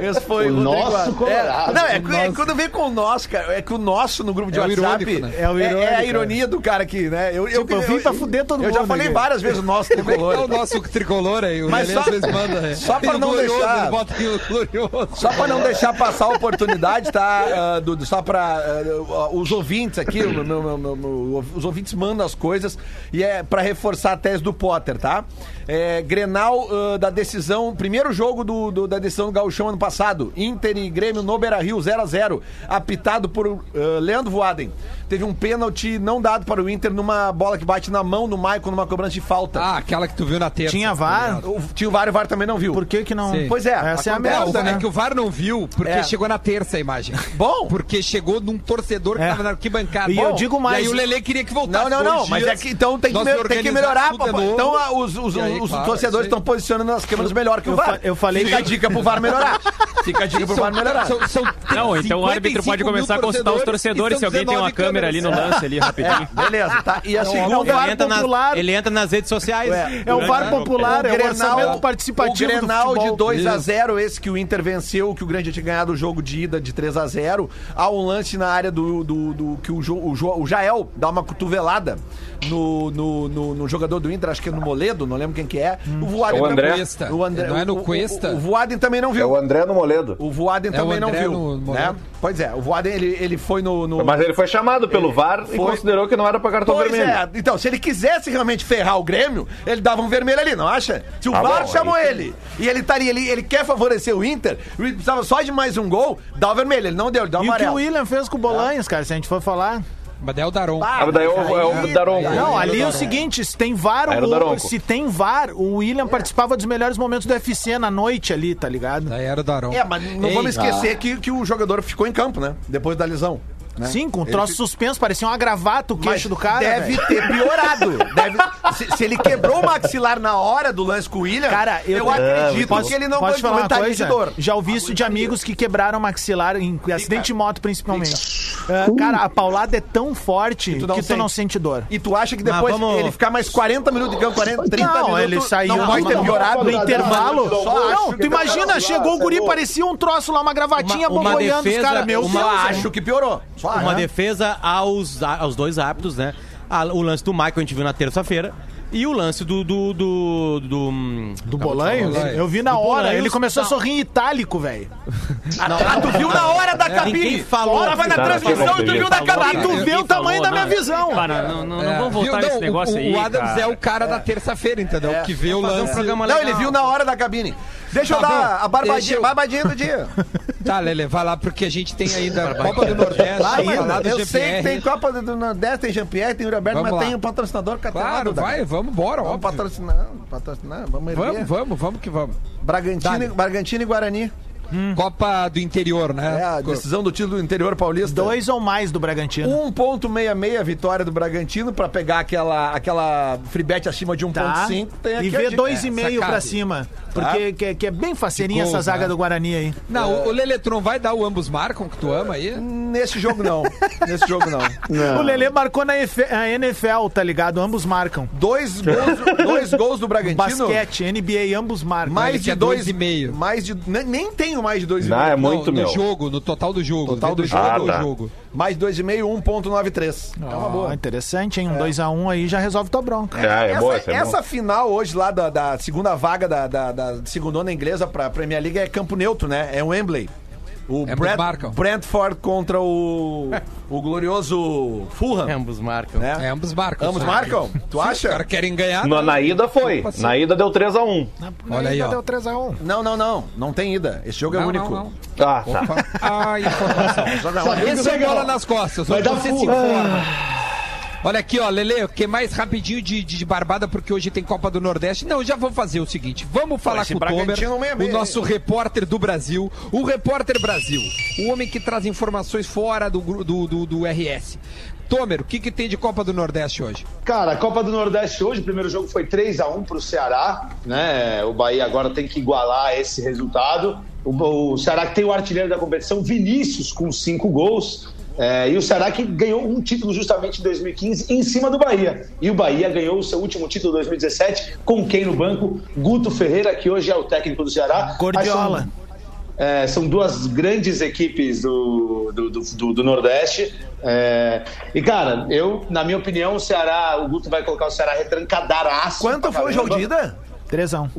[SPEAKER 2] Esse foi
[SPEAKER 7] O
[SPEAKER 2] Rodrigo
[SPEAKER 7] nosso
[SPEAKER 2] Adams.
[SPEAKER 7] Colorado.
[SPEAKER 2] É, não, é,
[SPEAKER 1] O
[SPEAKER 2] que- é
[SPEAKER 1] nosso.
[SPEAKER 2] quando vem com o nosso, cara, é que o nosso no grupo de
[SPEAKER 1] É o
[SPEAKER 2] WhatsApp
[SPEAKER 1] irônico, né?
[SPEAKER 2] é,
[SPEAKER 3] É o irônico,
[SPEAKER 2] é a
[SPEAKER 3] cara.
[SPEAKER 2] ironia do cara aqui, né? Eu,
[SPEAKER 3] Tipo, eu vim pra fuder todo
[SPEAKER 2] Eu já
[SPEAKER 3] mundo
[SPEAKER 2] falei
[SPEAKER 3] aqui. Então,
[SPEAKER 2] várias vezes o nosso
[SPEAKER 1] Como é que tá o
[SPEAKER 2] tricolor.
[SPEAKER 1] nosso tricolor aí? O
[SPEAKER 2] Mas
[SPEAKER 1] Lelê
[SPEAKER 2] só-
[SPEAKER 1] às vezes manda, é.
[SPEAKER 2] só pra
[SPEAKER 1] E o
[SPEAKER 2] não
[SPEAKER 1] glorioso,
[SPEAKER 2] deixar-
[SPEAKER 1] ele Bota aqui o glorioso.
[SPEAKER 2] Só pra não deixar passar a oportunidade, tá, ah, Dudu? Só pra. ah, os ouvintes aqui, o meu- meu- meu- meu- os ouvintes mandam as coisas. E é pra reforçar a tese do Potter, tá? É, Grenal ah, da decisão. Primeiro jogo do, do- da decisão do Gauchão ano passado. Inter e Grêmio no Beira Rio 0x0. Apitado por ah, Leandro Voaden. Teve um pênalti não dado para o Inter numa bola que bate na mão do Maicon numa cobrança de falta.
[SPEAKER 1] Ah, aquela que tu viu na terça.
[SPEAKER 3] Tinha VAR?
[SPEAKER 2] O, tinha o VAR e o VAR também não viu.
[SPEAKER 3] Por que que não?
[SPEAKER 1] Sim.
[SPEAKER 2] Pois é,
[SPEAKER 3] Essa é a
[SPEAKER 2] acontece,
[SPEAKER 1] É, o,
[SPEAKER 3] merda,
[SPEAKER 1] é
[SPEAKER 3] né?
[SPEAKER 1] que o VAR não viu, porque
[SPEAKER 2] É.
[SPEAKER 1] chegou na terça a imagem.
[SPEAKER 2] Bom.
[SPEAKER 1] Porque chegou num torcedor que
[SPEAKER 3] É.
[SPEAKER 1] tava na arquibancada.
[SPEAKER 3] E eu digo mais-
[SPEAKER 1] E aí o Lelê queria que voltasse.
[SPEAKER 2] Não, não,
[SPEAKER 1] dois
[SPEAKER 2] não. Mas é
[SPEAKER 1] dias.
[SPEAKER 2] que então tem que,
[SPEAKER 1] Nós
[SPEAKER 2] me- tem que
[SPEAKER 1] organizar
[SPEAKER 2] melhorar,
[SPEAKER 1] tudo é
[SPEAKER 2] papai.
[SPEAKER 1] de novo.
[SPEAKER 2] Então ah, os, os-
[SPEAKER 1] E aí,
[SPEAKER 2] os
[SPEAKER 1] claro,
[SPEAKER 2] torcedores
[SPEAKER 1] isso aí.
[SPEAKER 2] estão posicionando as câmeras melhor que o
[SPEAKER 3] eu fa-
[SPEAKER 2] VAR.
[SPEAKER 3] eu falei
[SPEAKER 2] Fica a
[SPEAKER 3] que-
[SPEAKER 2] dica pro VAR melhorar. Fica a dica pro VAR melhorar.
[SPEAKER 1] São, são
[SPEAKER 6] Não, então o árbitro
[SPEAKER 1] 55
[SPEAKER 6] pode começar a
[SPEAKER 1] mil
[SPEAKER 6] consultar os torcedores
[SPEAKER 1] e
[SPEAKER 6] se alguém tem uma
[SPEAKER 1] são
[SPEAKER 6] câmera
[SPEAKER 1] 19
[SPEAKER 6] ali no lance ali rapidinho.
[SPEAKER 2] Beleza, tá? E a
[SPEAKER 5] Não,
[SPEAKER 2] segunda.
[SPEAKER 5] ele, entra
[SPEAKER 3] popular.
[SPEAKER 5] nas, ele entra nas redes sociais.
[SPEAKER 2] Ué, né? um
[SPEAKER 3] É o VAR
[SPEAKER 5] Grande
[SPEAKER 3] popular, é o orçamento participativo
[SPEAKER 2] o Grenal
[SPEAKER 3] do futebol.
[SPEAKER 2] de 2 a 0 esse que o Inter venceu, que o Grande tinha ganhado o jogo de ida de 3 a 0 Há um lance na área do, do, do- que o, Jo- o, Jo- o Jael dá uma cotovelada no, no, no- no jogador do Inter, acho que é no Moledo, não lembro quem que é. O Voaden
[SPEAKER 4] É o André.
[SPEAKER 2] também- o André-
[SPEAKER 1] Não é no
[SPEAKER 2] o- o-
[SPEAKER 1] Cuesta?
[SPEAKER 2] O, Voaden também não
[SPEAKER 4] É
[SPEAKER 2] viu.
[SPEAKER 4] o André no Moledo.
[SPEAKER 2] O Voaden
[SPEAKER 1] É o
[SPEAKER 2] também não
[SPEAKER 1] André
[SPEAKER 2] viu.
[SPEAKER 1] no
[SPEAKER 2] né?
[SPEAKER 1] Moledo.
[SPEAKER 2] Pois é, o Voaden ele, ele foi no. no-
[SPEAKER 4] Mas ele foi chamado pelo VAR e
[SPEAKER 2] foi.
[SPEAKER 4] considerou que não era pra cartão
[SPEAKER 2] Pois
[SPEAKER 4] vermelho.
[SPEAKER 2] é, então, se ele quisesse realmente ferrar o Grêmio, ele dava um vermelho ali, não acha? Se o
[SPEAKER 4] Ah,
[SPEAKER 2] VAR
[SPEAKER 4] bom,
[SPEAKER 2] chamou
[SPEAKER 4] aí-
[SPEAKER 2] ele e ele tá ali, ele, ele quer favorecer o Inter, o Inter precisava só de mais um gol, dá o vermelho, ele não deu, ele dá o
[SPEAKER 3] E o que o
[SPEAKER 2] amarelo.
[SPEAKER 3] William fez com o Bolanhos, cara, se a gente for falar.
[SPEAKER 1] Mas daí é o Daron.
[SPEAKER 2] Ah,
[SPEAKER 4] Ah, mas daí é o, é o
[SPEAKER 2] aí-
[SPEAKER 4] Daronco.
[SPEAKER 3] Não, ali é o seguinte, se tem VAR,
[SPEAKER 4] Era o
[SPEAKER 3] o,
[SPEAKER 4] Daronco. É.
[SPEAKER 3] se tem VAR, o William participava dos melhores momentos do FC na noite ali, tá ligado?
[SPEAKER 1] Daí era o Daron.
[SPEAKER 2] É, mas não
[SPEAKER 1] Ei,
[SPEAKER 2] vamos esquecer que, que o jogador ficou em campo, né? Depois da lesão.
[SPEAKER 3] Sim, com o troço suspenso, parecia uma gravata o queixo do cara.
[SPEAKER 2] deve
[SPEAKER 3] velho.
[SPEAKER 2] ter piorado. Deve- se, se ele quebrou o maxilar na hora do lance com o William,
[SPEAKER 3] Cara, eu-
[SPEAKER 2] acredito
[SPEAKER 4] É,
[SPEAKER 2] que ele não
[SPEAKER 3] Posso te
[SPEAKER 2] aguentou
[SPEAKER 3] falar uma
[SPEAKER 2] metade de
[SPEAKER 3] coisa?
[SPEAKER 2] dor.
[SPEAKER 3] Já ouvi isso de amigos que quebraram maxilar em acidente de moto, principalmente. Ah, cara, a paulada é tão forte que
[SPEAKER 2] Uh. tu
[SPEAKER 3] tu
[SPEAKER 2] não
[SPEAKER 3] não,
[SPEAKER 2] sente.
[SPEAKER 3] sente dor.
[SPEAKER 2] E tu acha que depois
[SPEAKER 5] vamos-
[SPEAKER 2] ele ficar mais 40 minutos de campo, 40, 30
[SPEAKER 3] não,
[SPEAKER 2] minutos,
[SPEAKER 3] ele saiu
[SPEAKER 2] não vai ter
[SPEAKER 3] no-
[SPEAKER 2] piorado?
[SPEAKER 3] no intervalo.
[SPEAKER 2] Não, só
[SPEAKER 3] não,
[SPEAKER 2] acho
[SPEAKER 3] tu
[SPEAKER 2] que- tá
[SPEAKER 3] imagina, chegou o guri, parecia um troço lá, uma gravatinha
[SPEAKER 5] Uma- uma
[SPEAKER 3] bomboiando os
[SPEAKER 5] defesa-
[SPEAKER 3] caras. Meu
[SPEAKER 5] uma-
[SPEAKER 3] Deus,
[SPEAKER 5] acho
[SPEAKER 2] acho que piorou. Só
[SPEAKER 5] Uma
[SPEAKER 2] acho.
[SPEAKER 5] defesa aos, a- aos dois árbitros, né? A- o lance do Michael a gente viu na terça-feira. E o lance do. Do, do, do, hum,
[SPEAKER 3] Do Bolanhos? Eu vi na
[SPEAKER 5] Do
[SPEAKER 3] hora,
[SPEAKER 5] Bolanhos,
[SPEAKER 3] ele começou
[SPEAKER 5] tá.
[SPEAKER 3] a sorrir em itálico, velho.
[SPEAKER 2] Ah, tu viu na hora da cabine.
[SPEAKER 5] ninguém falou.
[SPEAKER 2] Tava na
[SPEAKER 4] Cara,
[SPEAKER 2] transmissão e tu viu
[SPEAKER 6] Tá
[SPEAKER 2] na
[SPEAKER 5] Falou,
[SPEAKER 2] cabine.
[SPEAKER 5] cara.
[SPEAKER 3] Tu
[SPEAKER 5] Ninguém
[SPEAKER 3] vê o tamanho da
[SPEAKER 5] falou,
[SPEAKER 3] minha
[SPEAKER 5] não.
[SPEAKER 3] visão.
[SPEAKER 6] Cara, não, não, não vamos
[SPEAKER 1] É. Viu?
[SPEAKER 6] voltar
[SPEAKER 1] Não,
[SPEAKER 6] nesse
[SPEAKER 1] o-
[SPEAKER 6] negócio
[SPEAKER 1] o,
[SPEAKER 6] aí.
[SPEAKER 1] O Adams um
[SPEAKER 6] cara.
[SPEAKER 2] É.
[SPEAKER 1] é o cara da terça-feira, entendeu? Que vê o
[SPEAKER 5] fazer um
[SPEAKER 1] lance.
[SPEAKER 5] programa
[SPEAKER 2] Não,
[SPEAKER 5] legal.
[SPEAKER 2] ele viu na hora da cabine. Deixa eu
[SPEAKER 1] Tá
[SPEAKER 2] dar
[SPEAKER 1] bom,
[SPEAKER 2] a barbadinha,
[SPEAKER 1] deixa eu-
[SPEAKER 2] barbadinha do dia.
[SPEAKER 1] Tá, Lele, vai lá, porque a gente tem ainda a Copa do Nordeste,
[SPEAKER 2] Lá
[SPEAKER 1] vai
[SPEAKER 2] ainda.
[SPEAKER 1] falar do
[SPEAKER 2] Eu sei que
[SPEAKER 1] GPR.
[SPEAKER 2] tem Copa do Nordeste, tem Jean-Pierre, tem Roberto,
[SPEAKER 1] Vamos
[SPEAKER 2] mas
[SPEAKER 1] lá.
[SPEAKER 2] tem o patrocinador É
[SPEAKER 1] Claro,
[SPEAKER 2] Catelado.
[SPEAKER 1] vai, vamos embora,
[SPEAKER 2] Vamos
[SPEAKER 1] óbvio.
[SPEAKER 2] patrocinar, patrocinar, um vamos
[SPEAKER 1] Vamos,
[SPEAKER 2] erguer.
[SPEAKER 1] vamos, vamos que vamos.
[SPEAKER 2] Bragantino, e- Bragantino e Guarani.
[SPEAKER 1] Copa do interior, né?
[SPEAKER 2] Hum. É a decisão do título do interior paulista.
[SPEAKER 3] Dois ou mais do Bragantino.
[SPEAKER 2] 1.66 a vitória do Bragantino pra pegar aquela, aquela free bet acima de 1.5.
[SPEAKER 3] Tá?
[SPEAKER 2] Tem aqui é,
[SPEAKER 3] E
[SPEAKER 2] a
[SPEAKER 3] vê
[SPEAKER 2] dica.
[SPEAKER 3] dois e meio
[SPEAKER 1] sacado.
[SPEAKER 3] pra cima. Porque que, que é bem faceirinha
[SPEAKER 1] De gol,
[SPEAKER 3] essa zaga
[SPEAKER 1] né?
[SPEAKER 3] do Guarani aí.
[SPEAKER 1] Não,
[SPEAKER 2] é.
[SPEAKER 1] o- o Lele, tu não vai dar o ambos marcam que tu ama aí?
[SPEAKER 2] Nesse jogo não. Nesse jogo não.
[SPEAKER 3] O Lelê marcou na EF a NFL, tá ligado? Ambos marcam.
[SPEAKER 2] Dois gols, dois gols do Bragantino.
[SPEAKER 3] Basquete, NBA, ambos marcam.
[SPEAKER 1] Ele
[SPEAKER 2] Mais
[SPEAKER 1] quer
[SPEAKER 2] de dois,
[SPEAKER 1] dois e meio.
[SPEAKER 2] Mais de, nem, nem tenho mais de dois
[SPEAKER 4] Não,
[SPEAKER 2] e
[SPEAKER 4] é
[SPEAKER 2] meio.
[SPEAKER 4] muito
[SPEAKER 1] no
[SPEAKER 4] meu.
[SPEAKER 1] jogo, no total do jogo.
[SPEAKER 2] Total do
[SPEAKER 1] Vê
[SPEAKER 2] jogo.
[SPEAKER 1] total do
[SPEAKER 4] Ah, tá.
[SPEAKER 1] jogo.
[SPEAKER 2] Mais dois e meio, 1.93. É uma boa.
[SPEAKER 3] Ah, interessante, hein? Um 2x1 aí já resolve tua bronca.
[SPEAKER 4] Ah, é
[SPEAKER 2] essa,
[SPEAKER 4] boa, essa é
[SPEAKER 2] essa
[SPEAKER 4] boa.
[SPEAKER 2] final hoje lá da, da segunda vaga da, da, da segundona inglesa pra Premier League é campo neutro, né? É o Wembley. O
[SPEAKER 1] Ambos
[SPEAKER 2] Brent-
[SPEAKER 1] marcam.
[SPEAKER 2] Brentford contra o, o glorioso Fulham,
[SPEAKER 5] Ambos marcam.
[SPEAKER 2] né?
[SPEAKER 1] É, ambos marcam.
[SPEAKER 2] Ambos
[SPEAKER 1] Só.
[SPEAKER 2] marcam? Tu
[SPEAKER 1] Os caras
[SPEAKER 2] acha?
[SPEAKER 1] querem ganhar.
[SPEAKER 4] Na, na ida foi. Na ida deu 3x1.
[SPEAKER 1] Olha aí,
[SPEAKER 3] Ainda
[SPEAKER 1] ó.
[SPEAKER 3] deu 3x1.
[SPEAKER 2] Não, não, não. Não tem ida. Esse jogo é
[SPEAKER 1] Não,
[SPEAKER 2] único.
[SPEAKER 1] não, não.
[SPEAKER 4] Ah, tá.
[SPEAKER 1] Opa. Ah, informação. Esse é bola nas costas. Vai dar
[SPEAKER 2] tipo
[SPEAKER 1] você se informa. Olha aqui, ó, Lele, que mais rapidinho de, de, de barbada, porque hoje tem Copa do Nordeste. Não, já vou fazer o seguinte: vamos falar
[SPEAKER 2] esse
[SPEAKER 1] com o Tomer,
[SPEAKER 2] Bragantino meia
[SPEAKER 1] o
[SPEAKER 2] meia,
[SPEAKER 1] nosso repórter do Brasil, o repórter Brasil, o homem que traz informações fora do, gru- do, do, do RS. Tomer, o que, que tem de Copa do Nordeste hoje?
[SPEAKER 7] Cara, a Copa do Nordeste hoje, o primeiro jogo foi 3 a 1 para o Ceará, né? O Bahia agora tem que igualar esse resultado. O, o Ceará que tem o artilheiro da competição, Vinícius, com cinco gols. É, e o Ceará que ganhou um título justamente em 2015 em cima do Bahia. E o Bahia ganhou o seu último título em 2017 com quem no banco? Guto Ferreira, que hoje é o técnico do Ceará.
[SPEAKER 3] Gordiola.
[SPEAKER 7] Acho- é, são duas grandes equipes do, do, do- do- do Nordeste. É, e, cara, eu, na minha opinião, o Ceará, o Guto vai colocar o Ceará retrancadaraço.
[SPEAKER 2] Quanto
[SPEAKER 7] pra
[SPEAKER 2] foi o jogo de
[SPEAKER 7] caramba.
[SPEAKER 2] ida?
[SPEAKER 3] 3x1.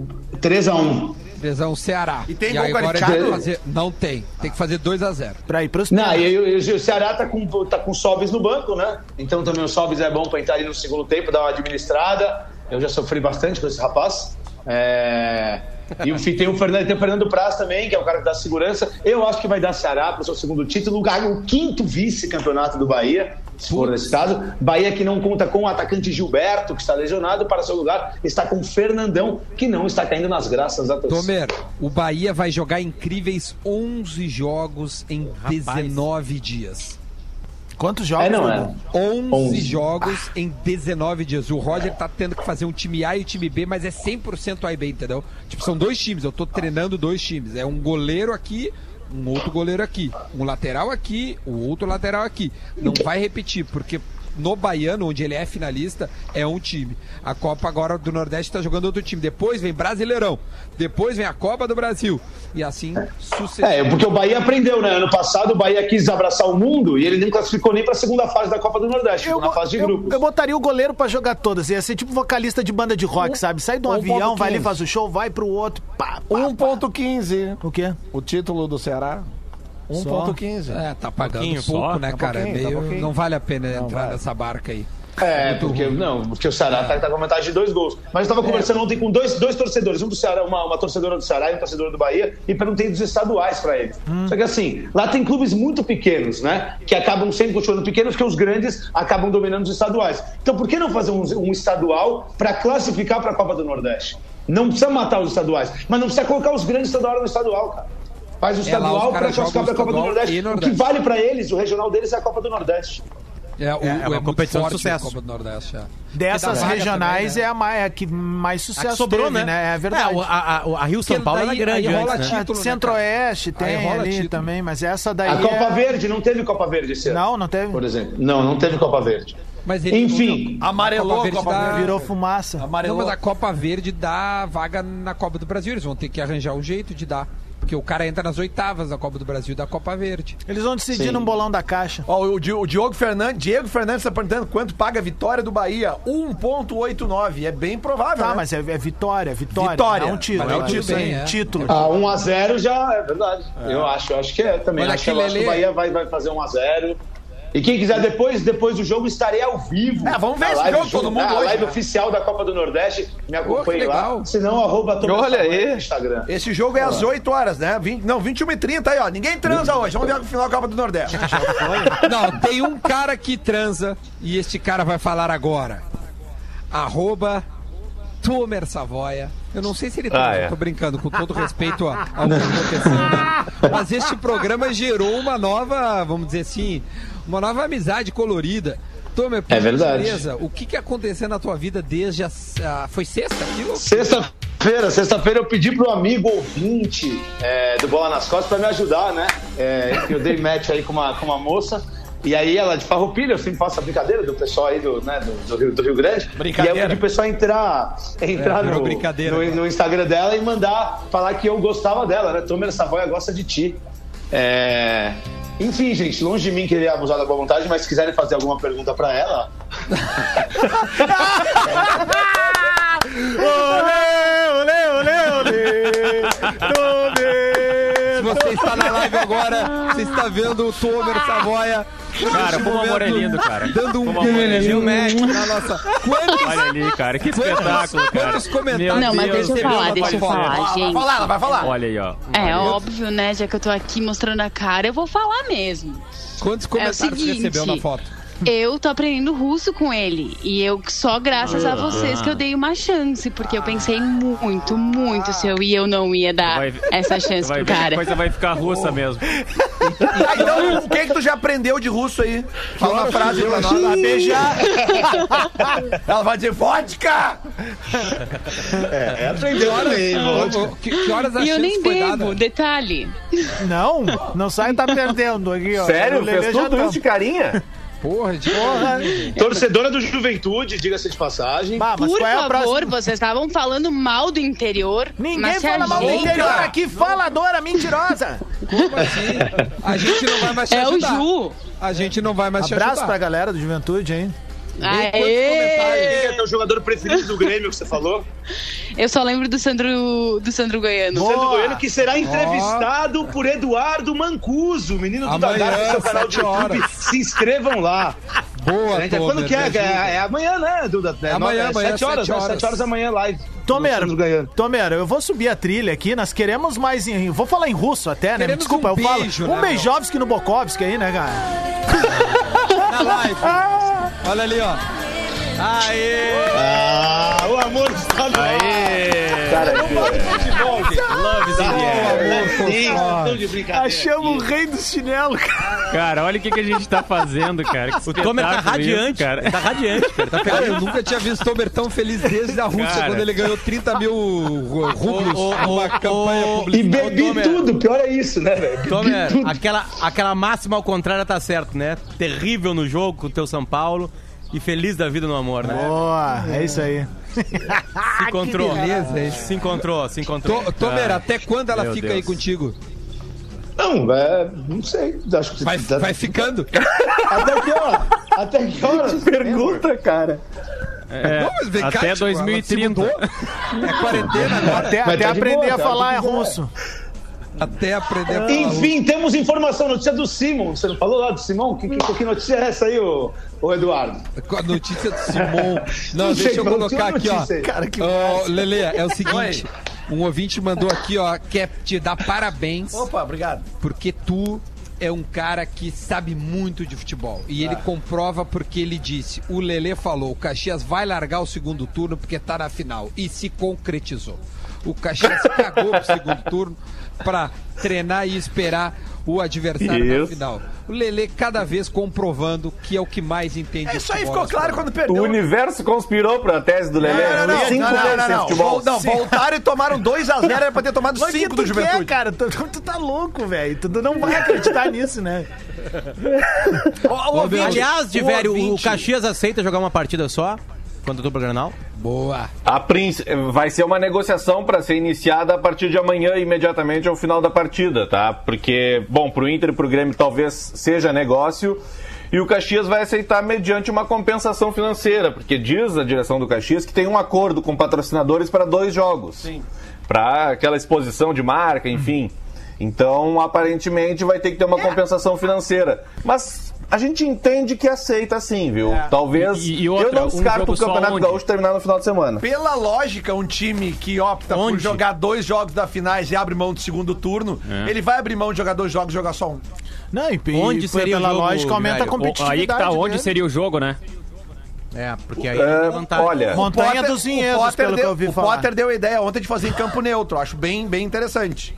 [SPEAKER 7] 3x1
[SPEAKER 1] Lesão Ceará.
[SPEAKER 2] E tem
[SPEAKER 1] e
[SPEAKER 2] gol
[SPEAKER 1] aí agora
[SPEAKER 2] qualificado?
[SPEAKER 1] tem que fazer. Não tem. Tem que fazer 2 a 0
[SPEAKER 3] Pra ir pros
[SPEAKER 7] Não, e, e- e o Ceará tá com, tá com o Sobis no banco, né? Então também o Sobis é bom pra entrar ali no segundo tempo, dar uma administrada. Eu já sofri bastante com esse rapaz. É, E o, fi- tem, o Fernando, tem o Fernando Praz também, que é o cara que dá segurança. Eu acho que vai dar Ceará pro seu segundo título, ganha o quinto vice-campeonato do Bahia, se for nesse caso. Bahia que não conta com o atacante Gilberto, que está lesionado para seu lugar, está com o Fernandão, que não está caindo nas graças da torcida.
[SPEAKER 1] Tomer, o Bahia vai jogar incríveis 11 jogos em 19 dias.
[SPEAKER 3] Quantos jogos?
[SPEAKER 7] É, não,
[SPEAKER 3] Dudu?
[SPEAKER 7] é.
[SPEAKER 1] 11,
[SPEAKER 7] 11.
[SPEAKER 1] jogos em 19 dias. O Roger tá tendo que fazer um time A e um time B, mas é 100% A e B, entendeu? Tipo, são dois times, eu tô treinando dois times. É um goleiro aqui, um outro goleiro aqui. Um lateral aqui, o outro lateral aqui. Não vai repetir, porque no Baiano, onde ele é finalista, é um time. A Copa agora do Nordeste tá jogando outro time. Depois vem Brasileirão. Depois vem a Copa do Brasil. E assim sucessivamente.
[SPEAKER 7] É, porque o Bahia aprendeu, né? Ano passado o Bahia quis abraçar o mundo e ele nem classificou nem para a segunda fase da Copa do Nordeste, ficou na
[SPEAKER 3] bo-
[SPEAKER 7] fase de
[SPEAKER 3] eu-
[SPEAKER 7] grupos.
[SPEAKER 3] eu botaria o goleiro pra jogar todas. Ia ser tipo vocalista de banda de rock, sabe? Sai de um
[SPEAKER 2] ou
[SPEAKER 3] avião,
[SPEAKER 2] Bob
[SPEAKER 3] vai ali,
[SPEAKER 2] Kings.
[SPEAKER 3] faz o show, vai pro outro. Pá, pá.
[SPEAKER 2] 1.15.
[SPEAKER 3] O quê?
[SPEAKER 2] O Um título do Ceará. 1.15.
[SPEAKER 1] É, tá pagando
[SPEAKER 5] Pouquinho
[SPEAKER 1] pouco,
[SPEAKER 5] só.
[SPEAKER 1] né,
[SPEAKER 2] Tá
[SPEAKER 1] cara? É
[SPEAKER 2] pouquinho, tá
[SPEAKER 1] meio...
[SPEAKER 2] pouquinho.
[SPEAKER 1] não vale a pena entrar
[SPEAKER 2] vale.
[SPEAKER 1] nessa barca aí.
[SPEAKER 7] É, porque, não, porque o
[SPEAKER 1] É.
[SPEAKER 7] Ceará tá, tá com vantagem de dois gols. Mas eu estava conversando ontem com dois, dois torcedores, um do Ceará, uma, uma torcedora do Ceará e um torcedor do Bahia, e perguntei dos estaduais para eles.
[SPEAKER 1] Hum.
[SPEAKER 7] Só que assim, lá tem clubes muito pequenos, né? Que acabam sempre continuando pequenos, porque os grandes acabam dominando os estaduais. Então por que não fazer um, um estadual para classificar para a Copa do Nordeste? Não precisa matar os estaduais, mas não precisa colocar os grandes toda hora no estadual, cara. Faz o
[SPEAKER 1] É, lá os
[SPEAKER 7] estadual para
[SPEAKER 1] caras
[SPEAKER 7] classificar
[SPEAKER 1] jogam
[SPEAKER 7] para a Copa do
[SPEAKER 1] estadual
[SPEAKER 7] Nordeste.
[SPEAKER 1] e
[SPEAKER 7] O que
[SPEAKER 1] Nordeste.
[SPEAKER 7] vale para eles, o regional deles é a Copa do Nordeste.
[SPEAKER 1] É, o,
[SPEAKER 5] é uma
[SPEAKER 1] muito
[SPEAKER 5] competição de
[SPEAKER 1] forte
[SPEAKER 5] sucesso.
[SPEAKER 1] a Copa do Nordeste, é.
[SPEAKER 3] Dessas
[SPEAKER 1] vaga
[SPEAKER 3] regionais
[SPEAKER 1] também,
[SPEAKER 3] é a, mais, a que mais sucesso
[SPEAKER 5] A que sobrou,
[SPEAKER 3] teve,
[SPEAKER 5] né?
[SPEAKER 3] É verdade. É.
[SPEAKER 5] É, o- a, a- a Rio São
[SPEAKER 1] Porque
[SPEAKER 5] Paulo
[SPEAKER 1] daí-
[SPEAKER 5] era grande
[SPEAKER 1] aí rola
[SPEAKER 5] antes, né?
[SPEAKER 1] título. né,
[SPEAKER 3] Centro-Oeste
[SPEAKER 1] cara? Aí
[SPEAKER 3] tem
[SPEAKER 1] rola
[SPEAKER 3] ali
[SPEAKER 1] título.
[SPEAKER 3] também, mas essa daí.
[SPEAKER 7] A
[SPEAKER 3] é-
[SPEAKER 7] Copa Verde, não teve Copa Verde esse ano.
[SPEAKER 3] Não, não teve.
[SPEAKER 7] por exemplo. Não, não teve Copa Verde.
[SPEAKER 1] Mas ele-
[SPEAKER 7] Enfim,
[SPEAKER 1] Amarelou a Copa Verde dá-
[SPEAKER 7] tá
[SPEAKER 3] Virou fumaça.
[SPEAKER 1] Não, mas a Copa Verde dá vaga na Copa do Brasil. Eles vão ter que arranjar um jeito de dar. Porque o cara entra nas oitavas da Copa do Brasil e da Copa Verde.
[SPEAKER 3] Eles vão decidir
[SPEAKER 7] Sim.
[SPEAKER 3] num bolão da caixa.
[SPEAKER 2] Ó, o, Di- o Diogo Fernandes, Diego Fernandes tá perguntando quanto paga a vitória do Bahia. 1.89. É bem provável,
[SPEAKER 3] Tá,
[SPEAKER 2] né?
[SPEAKER 3] mas é, é vitória, vitória.
[SPEAKER 2] Vitória.
[SPEAKER 3] Não é um título.
[SPEAKER 2] Mas
[SPEAKER 1] é um título,
[SPEAKER 3] sim,
[SPEAKER 1] bem, é.
[SPEAKER 3] título.
[SPEAKER 2] Ah,
[SPEAKER 7] a 1x0 já é verdade. Eu acho, eu acho que é também.
[SPEAKER 1] Olha
[SPEAKER 7] acho, que
[SPEAKER 1] aqui,
[SPEAKER 7] eu acho que o
[SPEAKER 1] Lelê.
[SPEAKER 7] Bahia vai, vai fazer 1x0. E quem quiser depois, depois do jogo, estarei ao vivo.
[SPEAKER 2] É, vamos ver
[SPEAKER 7] Na
[SPEAKER 2] esse
[SPEAKER 7] live
[SPEAKER 2] jogo,
[SPEAKER 7] do
[SPEAKER 2] todo mundo
[SPEAKER 7] na
[SPEAKER 2] hoje,
[SPEAKER 7] live
[SPEAKER 2] né?
[SPEAKER 7] oficial da Copa do Nordeste. Me acompanhe
[SPEAKER 2] que
[SPEAKER 7] lá.
[SPEAKER 2] legal.
[SPEAKER 7] Se não, arroba Thomas
[SPEAKER 9] Olha
[SPEAKER 7] Samuel
[SPEAKER 9] aí.
[SPEAKER 7] no Instagram.
[SPEAKER 2] Esse jogo é às 8 horas, né? 20, não, 21 e 30 aí, ó. Ninguém transa
[SPEAKER 3] um.
[SPEAKER 2] hoje. Vamos ver o final da Copa do Nordeste.
[SPEAKER 1] Não, tem um cara que transa e este cara vai falar agora. Arroba Tomer Savoia. Eu não sei se ele transa,
[SPEAKER 4] Ah, é.
[SPEAKER 1] tô brincando, com todo respeito a- ao que aconteceu. né? Mas este programa gerou uma nova, vamos dizer assim, uma nova amizade colorida. Tomer, por
[SPEAKER 7] É verdade.
[SPEAKER 1] gentileza, o que, que aconteceu na tua vida desde a, a- Foi sexta aquilo?
[SPEAKER 7] Sexta-feira, sexta-feira eu pedi pro amigo ouvinte é, do Bola nas Costas pra me ajudar, né? É, eu dei match aí com uma, com uma moça. E aí ela de farroupilha, eu sempre faço a brincadeira do pessoal aí do, né, do, do Rio, do Rio Grande.
[SPEAKER 2] Brincadeira.
[SPEAKER 7] E aí eu pedi pro pessoal entrar, entrar
[SPEAKER 1] É, virou
[SPEAKER 7] no,
[SPEAKER 1] brincadeira, então.
[SPEAKER 7] no-
[SPEAKER 1] cara.
[SPEAKER 7] no Instagram dela e mandar falar que eu gostava dela, né? Tomer Savoia gosta de ti. É, Enfim, gente, longe de mim querer abusar da boa vontade, mas se quiserem fazer alguma pergunta pra ela,
[SPEAKER 1] Se você está na live agora, você está vendo o Tomer Savoia.
[SPEAKER 6] Cara,
[SPEAKER 1] neste
[SPEAKER 6] como o amor é
[SPEAKER 1] momento,
[SPEAKER 6] lindo, cara.
[SPEAKER 1] Dando um
[SPEAKER 6] Como o amor é
[SPEAKER 1] grande
[SPEAKER 6] lindo.
[SPEAKER 1] match na nossa. Quantos
[SPEAKER 6] Olha ali, cara, que
[SPEAKER 1] Quantos-
[SPEAKER 6] espetáculo, cara.
[SPEAKER 1] quantos comentários
[SPEAKER 6] Meu
[SPEAKER 11] Não, mas
[SPEAKER 6] Deus,
[SPEAKER 11] deixa eu
[SPEAKER 6] Deus,
[SPEAKER 11] falar,
[SPEAKER 6] não
[SPEAKER 11] deixa eu
[SPEAKER 6] pode ser.
[SPEAKER 11] falar,
[SPEAKER 2] Vai
[SPEAKER 11] gente.
[SPEAKER 2] falar, ela vai falar.
[SPEAKER 6] Olha aí, ó.
[SPEAKER 11] É óbvio, né? Já que eu tô aqui mostrando a cara, eu vou falar mesmo.
[SPEAKER 1] Quantos comentários você
[SPEAKER 11] É seguinte.
[SPEAKER 1] recebeu na foto?
[SPEAKER 11] Eu tô aprendendo russo com ele. E eu só graças
[SPEAKER 6] Ah.
[SPEAKER 11] a vocês que eu dei uma chance, porque eu pensei muito, muito se eu ia ou não ia
[SPEAKER 7] É,
[SPEAKER 11] dar
[SPEAKER 6] Vai ver-
[SPEAKER 11] essa chance
[SPEAKER 6] Vai
[SPEAKER 11] pro
[SPEAKER 6] ver que a
[SPEAKER 11] cara.
[SPEAKER 6] coisa vai ficar russa mesmo.
[SPEAKER 2] Tá, então, o que que tu já aprendeu de russo aí? Fala uma frase pra nós. Ela beijar. Ela vai dizer vodka!
[SPEAKER 7] aprendeu também,
[SPEAKER 1] Ô, ô, Que, que horas a
[SPEAKER 11] E eu
[SPEAKER 1] chance
[SPEAKER 11] nem
[SPEAKER 1] foi
[SPEAKER 11] bebo,
[SPEAKER 1] dada?
[SPEAKER 11] detalhe.
[SPEAKER 3] Não, não sai tá perdendo aqui, ó. O
[SPEAKER 4] Sério?
[SPEAKER 3] Lelê
[SPEAKER 4] Fez
[SPEAKER 3] já
[SPEAKER 4] tudo
[SPEAKER 3] tá-
[SPEAKER 4] isso de carinha?
[SPEAKER 1] Porra, de
[SPEAKER 7] Torcedora do Juventude, diga-se de passagem.
[SPEAKER 3] Bah, mas
[SPEAKER 11] Por
[SPEAKER 3] qual é a
[SPEAKER 11] favor,
[SPEAKER 3] próxima?
[SPEAKER 11] vocês estavam falando mal do interior.
[SPEAKER 3] Ninguém
[SPEAKER 11] mas se a
[SPEAKER 3] fala mal do
[SPEAKER 11] gente-
[SPEAKER 3] interior aqui, faladora mentirosa.
[SPEAKER 1] A gente não vai mais te
[SPEAKER 11] É o
[SPEAKER 1] ajudar.
[SPEAKER 11] Ju.
[SPEAKER 1] A gente não vai mais te
[SPEAKER 3] Abraço pra
[SPEAKER 1] ajudar.
[SPEAKER 3] galera do Juventude, hein?
[SPEAKER 11] Aê!
[SPEAKER 7] é teu jogador preferido do Grêmio que você falou?
[SPEAKER 11] Eu só lembro do Sandro, do Sandro Goiano.
[SPEAKER 7] Sandro Goiano, que será entrevistado por Eduardo Mancuso, menino do
[SPEAKER 1] Amanhã,
[SPEAKER 7] Dadar, do seu canal de
[SPEAKER 1] sete horas.
[SPEAKER 7] YouTube. Se inscrevam lá.
[SPEAKER 1] Boa,
[SPEAKER 7] Gente, é
[SPEAKER 1] Tomer,
[SPEAKER 7] quando que é?
[SPEAKER 1] me ajuda.
[SPEAKER 7] É, é amanhã, né, Duda? É
[SPEAKER 1] Amanhã,
[SPEAKER 7] nove- é
[SPEAKER 1] amanhã,
[SPEAKER 7] sete horas,
[SPEAKER 1] sete
[SPEAKER 7] né?
[SPEAKER 1] horas.
[SPEAKER 7] Sete horas amanhã, live. do
[SPEAKER 3] Tomer,
[SPEAKER 7] Sandro Goiano.
[SPEAKER 3] Tomer, eu vou subir a trilha aqui, nós queremos mais em... Vou falar em russo até, né? Me
[SPEAKER 1] Queremos
[SPEAKER 3] Desculpa,
[SPEAKER 1] um
[SPEAKER 3] eu falo.
[SPEAKER 1] beijo,
[SPEAKER 3] um
[SPEAKER 1] né, meu?
[SPEAKER 3] Beijovski no Bokovski aí, né, cara?
[SPEAKER 1] Na live.
[SPEAKER 6] é.
[SPEAKER 1] Olha ali, ó. Aê!
[SPEAKER 7] Ah, o amor está no ar.
[SPEAKER 4] Cara, que...
[SPEAKER 6] Loves in the air.
[SPEAKER 7] Sim, estão de brincadeira.
[SPEAKER 3] o rei do chinelo, cara.
[SPEAKER 6] Cara, olha o que, que a gente tá fazendo, cara. Que
[SPEAKER 5] O Tomer tá
[SPEAKER 6] espetáculo isso,
[SPEAKER 5] radiante,
[SPEAKER 6] cara.
[SPEAKER 5] Tá radiante, cara. Tá
[SPEAKER 1] Cara, eu nunca tinha visto o Tomer tão feliz desde a Rússia,
[SPEAKER 6] Cara.
[SPEAKER 1] quando ele ganhou 30 mil ru- rublos
[SPEAKER 5] Ô, ô,
[SPEAKER 1] numa
[SPEAKER 5] ô,
[SPEAKER 1] campanha
[SPEAKER 5] ô,
[SPEAKER 1] publicitária.
[SPEAKER 7] E bebi
[SPEAKER 5] Ô, Tomer.
[SPEAKER 7] tudo, pior é isso, né, velho? Bebi
[SPEAKER 5] Tomer,
[SPEAKER 7] tudo.
[SPEAKER 5] aquela, aquela máxima ao contrário tá certo, né? Terrível no jogo com o teu São Paulo e feliz da vida no amor, né?
[SPEAKER 3] Boa, é isso aí.
[SPEAKER 5] se encontrou.
[SPEAKER 1] beleza, hein?
[SPEAKER 5] se encontrou, se encontrou.
[SPEAKER 1] To- Tomer,
[SPEAKER 5] Ah.
[SPEAKER 1] até quando ela
[SPEAKER 6] Meu
[SPEAKER 1] fica
[SPEAKER 6] Deus.
[SPEAKER 1] aí contigo?
[SPEAKER 7] Não, é, não sei. Acho que
[SPEAKER 1] Vai, vai ficando?
[SPEAKER 7] Até que hora? Até que hora?
[SPEAKER 4] Pergunta, cara.
[SPEAKER 6] É,
[SPEAKER 1] Não, mas vem cá,
[SPEAKER 6] até
[SPEAKER 1] tipo,
[SPEAKER 6] 2030.
[SPEAKER 1] ela É quarentena agora,
[SPEAKER 3] Até, até
[SPEAKER 7] tá de
[SPEAKER 3] aprender
[SPEAKER 7] boa,
[SPEAKER 3] a
[SPEAKER 7] cara,
[SPEAKER 3] falar é
[SPEAKER 7] tudo bem.
[SPEAKER 3] russo.
[SPEAKER 1] até aprender a falar.
[SPEAKER 7] Enfim, temos informação, notícia do Simon. Você não falou lá do Simon? Que, que- que notícia é essa aí, ô, ô Eduardo?
[SPEAKER 1] Com a notícia do Simon. Não,
[SPEAKER 7] Não sei,
[SPEAKER 1] deixa eu
[SPEAKER 7] qual-
[SPEAKER 1] colocar
[SPEAKER 7] que
[SPEAKER 1] aqui, ó.
[SPEAKER 7] notícia é essa?
[SPEAKER 1] Cara, que Ô, Lele, é o seguinte. Um ouvinte mandou aqui, ó, quer te dar parabéns,
[SPEAKER 2] Opa, obrigado.
[SPEAKER 1] porque tu é um cara que sabe muito de futebol. E ele comprova porque ele disse, o Lele falou, o Caxias vai largar o segundo turno porque tá na final. E se concretizou. O Caxias cagou pro segundo turno pra treinar e esperar o adversário na
[SPEAKER 4] Isso.
[SPEAKER 1] final. O Lele cada vez comprovando que é o que mais entende de
[SPEAKER 2] Isso aí
[SPEAKER 1] futebol
[SPEAKER 2] ficou
[SPEAKER 1] nessa
[SPEAKER 7] tá.
[SPEAKER 2] claro quando perdeu.
[SPEAKER 4] O universo conspirou pra tese do Lelê.
[SPEAKER 2] Não, não, não,
[SPEAKER 4] Cinco
[SPEAKER 2] não, não,
[SPEAKER 4] vezes
[SPEAKER 2] não,
[SPEAKER 4] sem
[SPEAKER 2] não.
[SPEAKER 4] futebol.
[SPEAKER 2] Vol- não, voltaram e tomaram 2x0, era pra ter tomado
[SPEAKER 3] Mas o que
[SPEAKER 2] 5 do
[SPEAKER 3] tu quer,
[SPEAKER 2] Juventude.
[SPEAKER 3] cara? Tu, tu tá louco, velho. Tu não vai acreditar nisso, né?
[SPEAKER 2] Ó, ó, o ouvinte-
[SPEAKER 5] Aliás, de
[SPEAKER 2] o
[SPEAKER 5] velho, o
[SPEAKER 2] ouvinte-
[SPEAKER 5] Caxias aceita jogar uma partida só? Quando eu tô pro Granal?
[SPEAKER 1] Boa.
[SPEAKER 4] A princ- Vai ser uma negociação para ser iniciada a partir de amanhã, imediatamente ao final da partida, tá? Porque, bom, pro Inter e pro Grêmio talvez seja negócio. E o Caxias vai aceitar mediante uma compensação financeira, porque diz a direção do Caxias que tem um acordo com patrocinadores para dois jogos. Sim. Para aquela exposição de marca, enfim. Então, aparentemente, vai ter que ter uma compensação financeira. Mas a gente entende que aceita sim, viu? Talvez
[SPEAKER 6] E- e outra,
[SPEAKER 4] eu não
[SPEAKER 6] um
[SPEAKER 4] descarto
[SPEAKER 6] jogo
[SPEAKER 4] o
[SPEAKER 6] só
[SPEAKER 4] Campeonato
[SPEAKER 6] onde?
[SPEAKER 4] Gaúcho terminar no final de semana.
[SPEAKER 2] Pela lógica, um time que opta por
[SPEAKER 4] Onde?
[SPEAKER 2] jogar dois jogos da finais e abre mão do segundo turno,
[SPEAKER 6] É.
[SPEAKER 2] ele vai abrir mão de jogar dois jogos e jogar só um.
[SPEAKER 3] Não, e, e
[SPEAKER 6] Onde
[SPEAKER 3] foi
[SPEAKER 6] seria
[SPEAKER 3] pela
[SPEAKER 6] o jogo,
[SPEAKER 3] lógica, aumenta
[SPEAKER 6] Vigário?
[SPEAKER 3] a competitividade.
[SPEAKER 6] Aí que tá,
[SPEAKER 3] né?
[SPEAKER 6] onde seria o jogo, né?
[SPEAKER 2] É, porque
[SPEAKER 4] aí É, é vantagem. olha-
[SPEAKER 3] Montanha
[SPEAKER 2] O Potter-
[SPEAKER 3] dos Vinhedos,
[SPEAKER 2] o Potter
[SPEAKER 3] pelo
[SPEAKER 2] deu,
[SPEAKER 3] que eu ouvi
[SPEAKER 2] o
[SPEAKER 3] falar.
[SPEAKER 2] Potter deu a ideia ontem de fazer em campo neutro. Acho bem, bem interessante.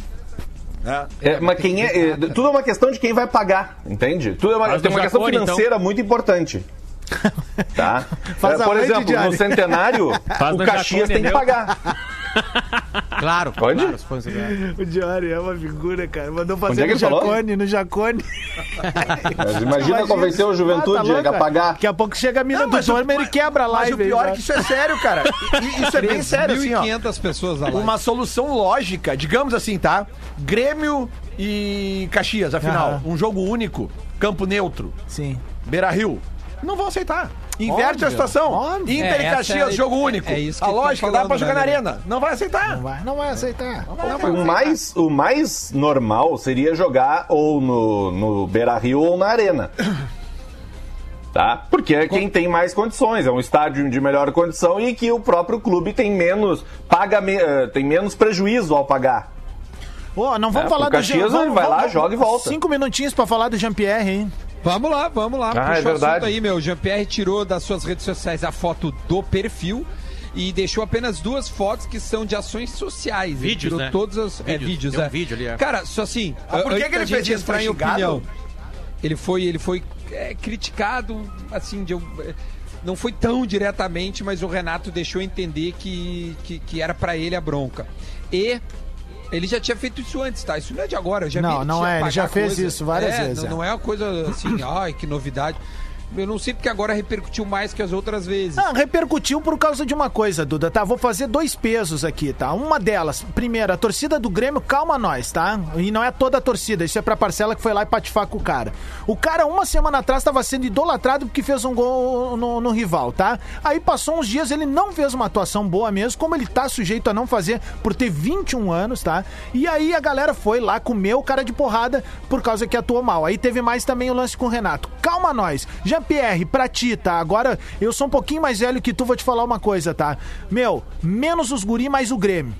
[SPEAKER 4] É, mas quem é, é, tudo é uma questão de quem vai pagar, entende? Tudo é uma,
[SPEAKER 6] Faz
[SPEAKER 4] tem
[SPEAKER 6] do
[SPEAKER 4] uma questão
[SPEAKER 6] Jacone, então.
[SPEAKER 4] financeira muito importante. Tá?
[SPEAKER 3] Faz
[SPEAKER 4] É,
[SPEAKER 3] a
[SPEAKER 4] por
[SPEAKER 3] mãe de
[SPEAKER 4] exemplo, no
[SPEAKER 3] Diário.
[SPEAKER 4] centenário,
[SPEAKER 6] Faz
[SPEAKER 4] o
[SPEAKER 6] do
[SPEAKER 4] Caxias
[SPEAKER 6] Jacone,
[SPEAKER 4] tem que
[SPEAKER 6] entendeu?
[SPEAKER 4] pagar.
[SPEAKER 5] Claro,
[SPEAKER 4] Pode?
[SPEAKER 5] claro, se fosse-
[SPEAKER 3] O Diori é uma figura, cara. Mandou
[SPEAKER 4] Onde é
[SPEAKER 3] fazer
[SPEAKER 4] que
[SPEAKER 3] no
[SPEAKER 4] ele falou?
[SPEAKER 3] Jacone, no Jacone.
[SPEAKER 4] Mas imagina convencer o Juventude
[SPEAKER 3] Ah, tá louco,
[SPEAKER 4] a pagar.
[SPEAKER 3] Daqui a pouco chega a mina
[SPEAKER 2] Não,
[SPEAKER 3] do
[SPEAKER 2] mas o-
[SPEAKER 3] Dormer e quebra a
[SPEAKER 2] Mas
[SPEAKER 3] live.
[SPEAKER 2] o pior
[SPEAKER 3] aí,
[SPEAKER 2] é que isso
[SPEAKER 1] né?
[SPEAKER 2] é sério, cara. I- Isso é bem sério, assim, ó.
[SPEAKER 1] 1.500 pessoas lá.
[SPEAKER 2] Uma solução lógica, digamos assim, tá? Grêmio e Caxias, afinal.
[SPEAKER 3] Aham.
[SPEAKER 2] Um jogo único, campo neutro,
[SPEAKER 3] Sim.
[SPEAKER 2] Beira Rio. Não vão aceitar. Inverte
[SPEAKER 1] Óbvio,
[SPEAKER 2] a situação.
[SPEAKER 3] óbvio.
[SPEAKER 2] Inter
[SPEAKER 1] É,
[SPEAKER 2] e
[SPEAKER 1] essa
[SPEAKER 2] Caxias,
[SPEAKER 1] é-
[SPEAKER 2] jogo
[SPEAKER 1] é-
[SPEAKER 2] único.
[SPEAKER 1] é isso que
[SPEAKER 2] a
[SPEAKER 1] estão
[SPEAKER 2] lógica dá
[SPEAKER 1] falando,
[SPEAKER 2] pra jogar
[SPEAKER 1] né,
[SPEAKER 2] na arena. Não vai aceitar.
[SPEAKER 3] Não É. vai, não vai aceitar.
[SPEAKER 4] O mais, o mais normal seria jogar ou no, no Beira Rio ou na Arena. Tá? Porque é quem tem mais condições, é um estádio de melhor condição e que o próprio clube tem menos, paga, me- eh, tem menos prejuízo ao pagar.
[SPEAKER 3] Ô, não vamos
[SPEAKER 4] É,
[SPEAKER 3] falar
[SPEAKER 4] o
[SPEAKER 3] do
[SPEAKER 4] Caxias,
[SPEAKER 3] Jean- vamos-
[SPEAKER 4] ele vai lá,
[SPEAKER 3] vamos-
[SPEAKER 4] joga e volta.
[SPEAKER 3] Cinco minutinhos pra falar do Jean-Pierre, hein?
[SPEAKER 1] Vamos lá, vamos lá.
[SPEAKER 4] Ah, é
[SPEAKER 1] Puxa o
[SPEAKER 4] verdade.
[SPEAKER 1] assunto aí, meu. Jean-Pierre tirou das suas redes sociais a foto do perfil e deixou apenas duas fotos que são de ações sociais. Ele
[SPEAKER 5] Vídeos,
[SPEAKER 1] tirou
[SPEAKER 5] né?
[SPEAKER 1] todas as é,
[SPEAKER 5] Vídeos,
[SPEAKER 1] vídeos,
[SPEAKER 5] tem um
[SPEAKER 1] é.
[SPEAKER 5] vídeo ali, é.
[SPEAKER 1] Cara, só assim,
[SPEAKER 2] Ah, por que
[SPEAKER 1] antes
[SPEAKER 2] que ele
[SPEAKER 1] da
[SPEAKER 2] fez
[SPEAKER 1] gente
[SPEAKER 2] isso?
[SPEAKER 1] entrar
[SPEAKER 2] Foi
[SPEAKER 1] em
[SPEAKER 2] xingado?
[SPEAKER 1] opinião. Ele foi, ele foi é, criticado assim de não foi tão diretamente, mas o Renato deixou entender que, que, que era pra ele a bronca. E ele já tinha feito isso antes, tá? Isso não é de agora. Já vi
[SPEAKER 3] Não,
[SPEAKER 1] ele
[SPEAKER 3] não
[SPEAKER 1] tinha
[SPEAKER 3] é, ele
[SPEAKER 1] pagar
[SPEAKER 3] já fez
[SPEAKER 1] coisa.
[SPEAKER 3] isso várias
[SPEAKER 1] É,
[SPEAKER 3] vezes,
[SPEAKER 1] Não,
[SPEAKER 3] é.
[SPEAKER 1] não é uma coisa assim, ai, que novidade. Eu não sei porque agora repercutiu mais que as outras vezes.
[SPEAKER 3] Não, Ah, repercutiu por causa de uma coisa, Duda, tá? Vou fazer dois pesos aqui, tá? Uma delas, primeira, a torcida do Grêmio calma nós, tá? E não é toda a torcida, isso é pra parcela que foi lá e patifar com o cara. O cara, uma semana atrás, tava sendo idolatrado porque fez um gol no, no rival, tá? Aí passou uns dias, ele não fez uma atuação boa mesmo, como ele tá sujeito a não fazer por ter 21 anos, tá? E aí a galera foi lá, comeu o cara de porrada por causa que atuou mal. Aí teve mais também o lance com o Renato. Calma nós. Jean-Pierre, pra ti, tá? Agora eu sou um pouquinho mais velho que tu, vou te falar uma coisa, tá? Meu, menos os guri, mais o Grêmio.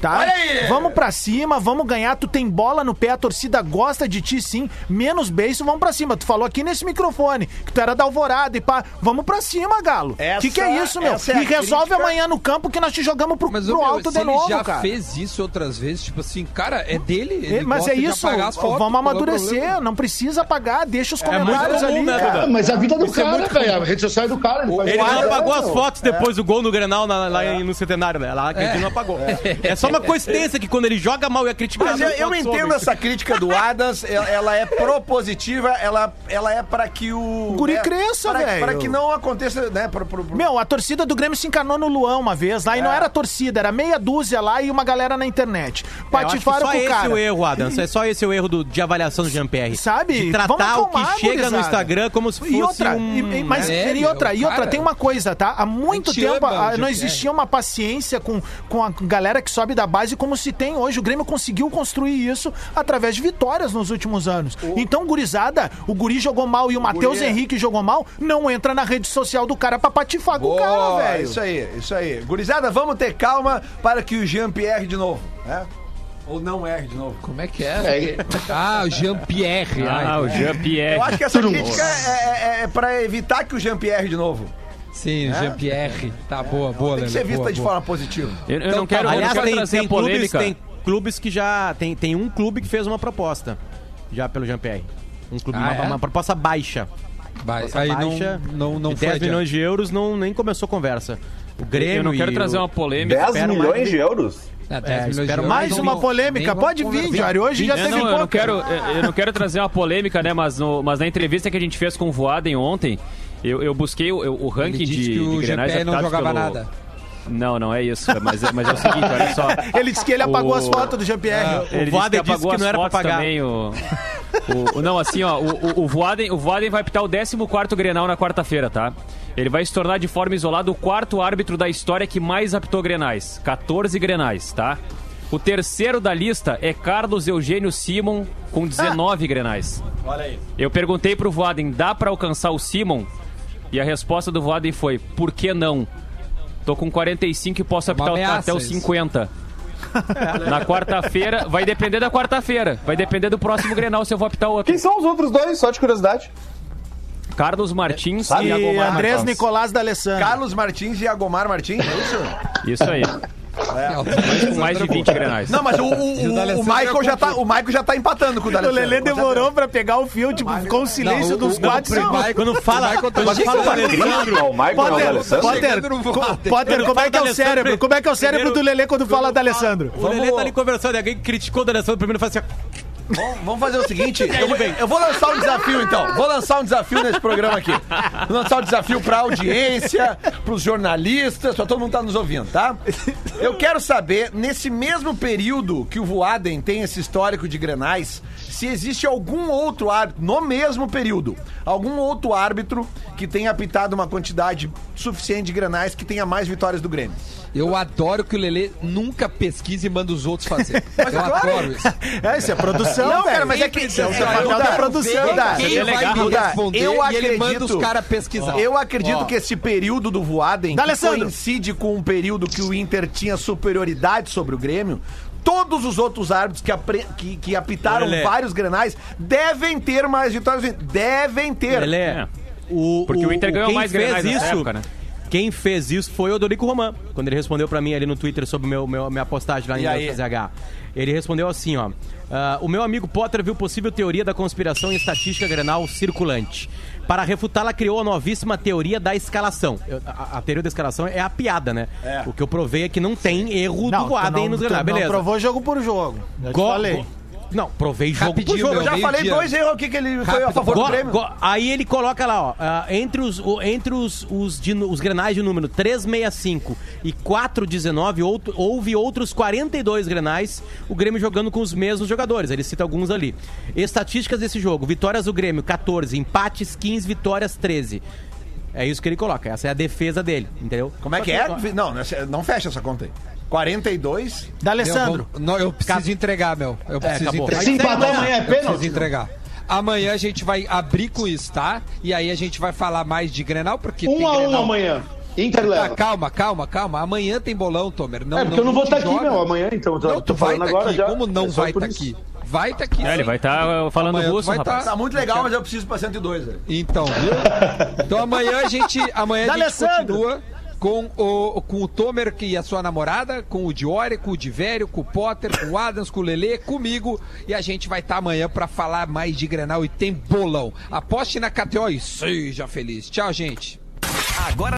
[SPEAKER 3] Tá?
[SPEAKER 2] Olha aí!
[SPEAKER 3] Vamos pra cima, vamos ganhar. Tu tem bola no pé, a torcida gosta de ti sim. Menos beijo, vamos pra cima. Tu falou aqui nesse microfone que tu era da alvorada e pá. Vamos pra cima, Galo. O
[SPEAKER 2] Essa-
[SPEAKER 3] que, que é isso, meu?
[SPEAKER 2] essa é a
[SPEAKER 3] e resolve
[SPEAKER 2] crítica-
[SPEAKER 3] amanhã no campo que nós te jogamos pro,
[SPEAKER 1] Mas
[SPEAKER 3] pro
[SPEAKER 1] ô, meu,
[SPEAKER 3] alto
[SPEAKER 1] se
[SPEAKER 3] de novo,
[SPEAKER 1] ele já
[SPEAKER 3] cara.
[SPEAKER 1] fez isso outras vezes, tipo assim, cara, é dele. Ele
[SPEAKER 3] Ele- mas
[SPEAKER 1] gosta
[SPEAKER 3] é
[SPEAKER 1] de
[SPEAKER 3] isso,
[SPEAKER 1] apagar as fotos,
[SPEAKER 3] vamos
[SPEAKER 1] qual é o
[SPEAKER 3] amadurecer,
[SPEAKER 1] problema?
[SPEAKER 3] não precisa pagar, deixa os
[SPEAKER 5] muito
[SPEAKER 3] comentários
[SPEAKER 5] comum,
[SPEAKER 3] ali.
[SPEAKER 5] né,
[SPEAKER 3] cara.
[SPEAKER 5] Duda?
[SPEAKER 7] Ah, Mas a vida do
[SPEAKER 5] é
[SPEAKER 7] cara,
[SPEAKER 5] muito
[SPEAKER 7] velho, a rede social é do cara. faz
[SPEAKER 5] Ele
[SPEAKER 7] o
[SPEAKER 5] não
[SPEAKER 7] cara,
[SPEAKER 5] apagou as
[SPEAKER 7] meu.
[SPEAKER 5] fotos depois do gol no Grenal na- lá em- no centenário, né? Lá que ele não apagou. É. só uma coincidência que quando ele joga mal e é criticado.
[SPEAKER 2] Mas eu,
[SPEAKER 5] as
[SPEAKER 2] eu
[SPEAKER 5] fotos
[SPEAKER 2] entendo assim.
[SPEAKER 5] somem.
[SPEAKER 2] essa crítica do Adams, e- ela é propositiva, ela, ela é pra que o.
[SPEAKER 3] guri
[SPEAKER 2] né,
[SPEAKER 3] cresça,
[SPEAKER 2] pra-
[SPEAKER 3] velho.
[SPEAKER 2] Pra que não aconteça, né? Pro, pro, pro-
[SPEAKER 3] Meu, a torcida do Grêmio se encanou no Luan uma vez lá, e não era torcida, era meia dúzia lá e uma galera na internet.
[SPEAKER 5] É, eu acho que
[SPEAKER 3] Patifaram
[SPEAKER 5] só
[SPEAKER 3] com o
[SPEAKER 5] esse
[SPEAKER 3] cara.
[SPEAKER 5] o erro, Adams. É só esse o erro do- de avaliação do Jean-Pierre.
[SPEAKER 3] Sabe?
[SPEAKER 5] De tratar
[SPEAKER 3] Vamos
[SPEAKER 5] o
[SPEAKER 3] acalmar,
[SPEAKER 5] que chega no
[SPEAKER 3] gurizada.
[SPEAKER 5] Instagram como se fosse
[SPEAKER 3] E outra,
[SPEAKER 5] um...
[SPEAKER 3] e- e- mas
[SPEAKER 1] É,
[SPEAKER 3] e outra, e
[SPEAKER 1] meu,
[SPEAKER 3] outra,
[SPEAKER 1] cara.
[SPEAKER 3] tem uma coisa, tá? Há muito
[SPEAKER 1] A gente
[SPEAKER 3] tempo
[SPEAKER 1] ama o
[SPEAKER 3] ah, não
[SPEAKER 1] Jean-Pierre.
[SPEAKER 3] existia uma paciência com, com a galera que sobe da base como se tem hoje. O Grêmio conseguiu construir isso através de vitórias nos últimos anos. Então, gurizada, o Guri jogou mal e o Matheus Henrique jogou mal, não entra na rede social do cara pra patifar com o
[SPEAKER 2] Boa,
[SPEAKER 3] cara, velho.
[SPEAKER 2] Isso aí, isso aí. Gurizada, vamos ter calma para que o Jean-Pierre de novo, né? Ou não erre de novo.
[SPEAKER 1] Como é que
[SPEAKER 7] É,
[SPEAKER 1] é?
[SPEAKER 7] ele-
[SPEAKER 1] Ah, o Jean-Pierre.
[SPEAKER 6] Ah,
[SPEAKER 1] ai.
[SPEAKER 6] o Jean-Pierre.
[SPEAKER 2] Eu acho que essa
[SPEAKER 7] Tudo
[SPEAKER 2] crítica é, é, é pra evitar que o Jean-Pierre de novo.
[SPEAKER 1] Sim, o
[SPEAKER 3] É.
[SPEAKER 1] Jean-Pierre. Tá, boa, boa,
[SPEAKER 2] Tem que ser
[SPEAKER 1] Lelê,
[SPEAKER 2] vista
[SPEAKER 1] boa,
[SPEAKER 2] de
[SPEAKER 1] boa.
[SPEAKER 2] forma positiva.
[SPEAKER 6] Eu, eu
[SPEAKER 5] Então,
[SPEAKER 6] não quero, eu não
[SPEAKER 5] aliás,
[SPEAKER 6] quero
[SPEAKER 5] tem,
[SPEAKER 6] trazer
[SPEAKER 5] tem clubes,
[SPEAKER 6] polêmica.
[SPEAKER 5] tem clubes que já... Tem, tem um clube que fez uma proposta já pelo Jean-Pierre. Um clube,
[SPEAKER 1] Ah,
[SPEAKER 5] uma,
[SPEAKER 1] é?
[SPEAKER 5] uma proposta baixa.
[SPEAKER 1] Ba-
[SPEAKER 5] Proposta
[SPEAKER 1] Aí
[SPEAKER 5] baixa
[SPEAKER 1] não, não, não
[SPEAKER 5] de
[SPEAKER 1] foi
[SPEAKER 5] 10 milhões
[SPEAKER 1] adiante.
[SPEAKER 5] de euros, não, nem começou a conversa. O Grêmio
[SPEAKER 6] Eu não quero
[SPEAKER 5] e
[SPEAKER 6] trazer
[SPEAKER 5] o-
[SPEAKER 6] uma polêmica.
[SPEAKER 4] 10
[SPEAKER 5] espero mais
[SPEAKER 4] milhões
[SPEAKER 5] de-
[SPEAKER 4] de euros?
[SPEAKER 1] Ah, 10
[SPEAKER 5] É,
[SPEAKER 1] milhões de
[SPEAKER 5] espero
[SPEAKER 1] euros,
[SPEAKER 3] Mais
[SPEAKER 1] não
[SPEAKER 3] uma
[SPEAKER 1] vou-
[SPEAKER 3] polêmica,
[SPEAKER 1] nem vou
[SPEAKER 3] pode vir,
[SPEAKER 1] conversar.
[SPEAKER 3] Diário. Hoje já
[SPEAKER 6] Eu
[SPEAKER 3] teve
[SPEAKER 6] não, eu, não
[SPEAKER 3] pouca.
[SPEAKER 6] quero, eu eu não quero trazer uma polêmica, né? Mas, no- mas na entrevista que a gente fez com o Voaden ontem, eu, eu busquei o, eu- o ranking
[SPEAKER 1] Ele disse
[SPEAKER 6] de,
[SPEAKER 1] que
[SPEAKER 6] de
[SPEAKER 1] o
[SPEAKER 6] grenais
[SPEAKER 1] Jean-Pierre não
[SPEAKER 6] apitados
[SPEAKER 1] jogava
[SPEAKER 6] pelo-
[SPEAKER 1] nada.
[SPEAKER 6] Não, não é isso. Mas, é- mas é o seguinte, olha só.
[SPEAKER 3] Ele disse que ele apagou
[SPEAKER 6] O-
[SPEAKER 3] as fotos do Jean-Pierre.
[SPEAKER 6] Ele
[SPEAKER 5] O
[SPEAKER 6] disse
[SPEAKER 5] Voaden
[SPEAKER 6] que apagou
[SPEAKER 5] disse que
[SPEAKER 6] as
[SPEAKER 5] não era pra
[SPEAKER 6] fotos
[SPEAKER 5] pagar.
[SPEAKER 6] também. O, o- o- não, assim, ó, o, o, o, Voaden, o Voaden vai apitar o 14º Grenal na quarta-feira, tá? Ele vai se tornar de forma isolada o quarto árbitro da história que mais apitou Grenais. 14 Grenais, tá? O terceiro da lista é Carlos Eugênio Simon, com 19 grenais.
[SPEAKER 2] Olha aí.
[SPEAKER 6] Eu perguntei pro Voaden, dá pra alcançar o Simon? E a resposta do Voaden foi, por que não? Tô com 45 e posso apitar o-
[SPEAKER 1] ameaça
[SPEAKER 6] até os
[SPEAKER 1] isso.
[SPEAKER 6] 50. Na quarta-feira, vai depender da quarta-feira. Vai depender do próximo Grenal se eu vou apitar o outro. Quem
[SPEAKER 4] são os outros dois? Só de curiosidade.
[SPEAKER 6] Carlos Martins
[SPEAKER 3] E Andrés Nicolás da Alessandra.
[SPEAKER 2] Carlos Martins e Agomar Martins, é isso?
[SPEAKER 6] Isso aí.
[SPEAKER 1] É,
[SPEAKER 6] Com mais de 20 grenais.
[SPEAKER 2] Não, mas o, o-
[SPEAKER 1] E o
[SPEAKER 2] o-
[SPEAKER 1] D'Alessandro
[SPEAKER 2] o Michael
[SPEAKER 1] é
[SPEAKER 2] já tá, o Michael já tá empatando com o
[SPEAKER 3] O
[SPEAKER 2] D'Alessandro.
[SPEAKER 3] Lelê demorou pra pegar o fio, tipo, ficou um silêncio
[SPEAKER 1] Não, o-
[SPEAKER 3] dos
[SPEAKER 1] o-
[SPEAKER 3] quatro
[SPEAKER 1] o
[SPEAKER 3] segundos.
[SPEAKER 1] Michael- Quando fala- o Michael tá quando fala chegando.
[SPEAKER 4] Alessandro, o Michael não é o
[SPEAKER 3] Potter,
[SPEAKER 4] Alessandro?
[SPEAKER 3] Potter,
[SPEAKER 1] Chegando no
[SPEAKER 3] co-
[SPEAKER 1] Potter.
[SPEAKER 3] Potter,
[SPEAKER 5] Quando
[SPEAKER 3] como
[SPEAKER 5] fala
[SPEAKER 3] é que é o
[SPEAKER 5] D'Alessandro,
[SPEAKER 3] cérebro?
[SPEAKER 5] primeiro-
[SPEAKER 3] Como é que é o cérebro do Lelê quando fala da Alessandro?
[SPEAKER 5] O Lelê tá ali conversando, e alguém criticou o Alessandro primeiro e falou assim: ó,
[SPEAKER 2] Vamos, vamos fazer o seguinte, eu, vou- eu vou lançar um desafio então. Vou lançar um desafio nesse programa aqui. Vou lançar um desafio pra audiência, pros jornalistas, pra todo mundo que tá nos ouvindo, tá? Eu quero saber, nesse mesmo período que o Voaden tem esse histórico de Grenais, se existe algum outro árbitro, no mesmo período, algum outro árbitro que tenha apitado uma quantidade suficiente de Grenais que tenha mais vitórias do Grêmio.
[SPEAKER 1] Eu adoro que o Lelê nunca pesquisa e manda os outros fazer. Eu
[SPEAKER 2] claro.
[SPEAKER 1] adoro isso.
[SPEAKER 3] É, isso é produção,
[SPEAKER 2] Não,
[SPEAKER 3] velho.
[SPEAKER 2] cara, mas é que-
[SPEAKER 3] Isso é o
[SPEAKER 2] Cara,
[SPEAKER 3] papel
[SPEAKER 2] eu
[SPEAKER 3] da
[SPEAKER 2] quero
[SPEAKER 3] produção,
[SPEAKER 2] ver
[SPEAKER 3] cara.
[SPEAKER 2] quem
[SPEAKER 1] Ele
[SPEAKER 2] vai
[SPEAKER 1] vai me
[SPEAKER 2] mudar.
[SPEAKER 1] responder
[SPEAKER 2] Eu
[SPEAKER 1] e ele manda
[SPEAKER 2] acredito.
[SPEAKER 1] os caras pesquisar.
[SPEAKER 2] Eu acredito
[SPEAKER 1] Ó.
[SPEAKER 2] que esse período do Voaden, que
[SPEAKER 3] D'Alessandro.
[SPEAKER 2] coincide com um período que o Inter tinha superioridade sobre o Grêmio, todos os outros árbitros que, apre- que- que apitaram
[SPEAKER 5] Lelé.
[SPEAKER 2] vários grenais devem ter mais vitórias. Devem ter.
[SPEAKER 5] Lelê, é. o,
[SPEAKER 6] É. Porque o Inter ganhou
[SPEAKER 5] quem
[SPEAKER 6] mais
[SPEAKER 5] fez
[SPEAKER 6] Grenais nessa
[SPEAKER 5] isso,
[SPEAKER 6] época, né?
[SPEAKER 5] Quem fez isso foi o Odorico Roman, quando ele respondeu pra mim ali no Twitter sobre o meu, meu- minha postagem lá em
[SPEAKER 2] E aí?
[SPEAKER 5] ZH. Ele respondeu assim, ó. "Ah, o meu amigo Potter viu possível teoria da conspiração em estatística grenal circulante. Para refutá-la, criou a novíssima teoria da escalação. Eu- a, a teoria da escalação é a piada, né? O que eu provei é que não tem erro
[SPEAKER 3] Não,
[SPEAKER 5] do
[SPEAKER 3] tu
[SPEAKER 5] Adem
[SPEAKER 3] não,
[SPEAKER 5] nos
[SPEAKER 3] tu
[SPEAKER 5] grenais. Beleza.
[SPEAKER 3] não provou jogo por jogo. Eu te
[SPEAKER 5] Go-
[SPEAKER 3] falei.
[SPEAKER 5] go- Não, provei jogo
[SPEAKER 1] Rapidinho,
[SPEAKER 5] por jogo.
[SPEAKER 1] meu
[SPEAKER 2] Eu já
[SPEAKER 1] Meio
[SPEAKER 2] falei
[SPEAKER 1] dia.
[SPEAKER 2] dois erros aqui que ele foi a
[SPEAKER 1] Rápido,
[SPEAKER 2] favor do
[SPEAKER 5] Go-
[SPEAKER 2] Grêmio.
[SPEAKER 5] go- aí ele coloca lá, ó, ah, entre os, o- entre os, os, de, nu- os grenais de número 365 e 419, outro, houve outros 42 grenais, o Grêmio jogando com os mesmos jogadores. Ele cita alguns ali. Estatísticas desse jogo: vitórias do Grêmio, 14, empates, 15, vitórias, 13. É isso que ele coloca, essa é a defesa dele, entendeu?
[SPEAKER 2] Como é que é? Não, não fecha essa conta aí. 42.
[SPEAKER 1] Meu,
[SPEAKER 3] Da Alessandro.
[SPEAKER 1] vamos- não, eu preciso entregar, meu. Eu preciso
[SPEAKER 5] acabou.
[SPEAKER 1] entregar.
[SPEAKER 7] Se empatar amanhã é
[SPEAKER 1] Eu preciso
[SPEAKER 7] pênalti.
[SPEAKER 1] entregar. Amanhã a gente vai abrir com isso, tá? E aí a gente vai falar mais de Grenal, porque tem
[SPEAKER 7] Um a um
[SPEAKER 1] Grenal.
[SPEAKER 7] amanhã. Inter
[SPEAKER 1] Tá,
[SPEAKER 7] leva.
[SPEAKER 1] calma, calma, calma. Amanhã tem bolão, Tomer. Não,
[SPEAKER 7] É, porque eu não vou
[SPEAKER 1] te
[SPEAKER 7] estar aqui,
[SPEAKER 1] joga.
[SPEAKER 7] meu, amanhã, então. eu tô-
[SPEAKER 1] Não,
[SPEAKER 7] tô
[SPEAKER 1] tu vai
[SPEAKER 7] falando
[SPEAKER 1] estar
[SPEAKER 7] agora
[SPEAKER 1] aqui.
[SPEAKER 7] já.
[SPEAKER 1] Como não
[SPEAKER 7] É só
[SPEAKER 1] vai
[SPEAKER 7] por
[SPEAKER 1] estar
[SPEAKER 7] isso.
[SPEAKER 1] aqui? Vai estar aqui.
[SPEAKER 6] É, ele
[SPEAKER 1] sim.
[SPEAKER 6] vai estar falando
[SPEAKER 1] Amanhã tu
[SPEAKER 6] russo,
[SPEAKER 1] vai
[SPEAKER 6] rapaz.
[SPEAKER 1] tá-
[SPEAKER 2] Tá muito legal, mas eu preciso pra 102. velho.
[SPEAKER 1] Então, viu? Então amanhã a gente, amanhã a gente
[SPEAKER 3] D'Alessandro.
[SPEAKER 1] continua com o, com o Tomer que- e a sua namorada, com o Diori, com o Divério, com o Potter, com o Adams, com o Lelê, comigo. E a gente vai estar amanhã pra falar mais de Grenal e tem bolão. Aposte na KTO e seja feliz. Tchau, gente.
[SPEAKER 8] Agora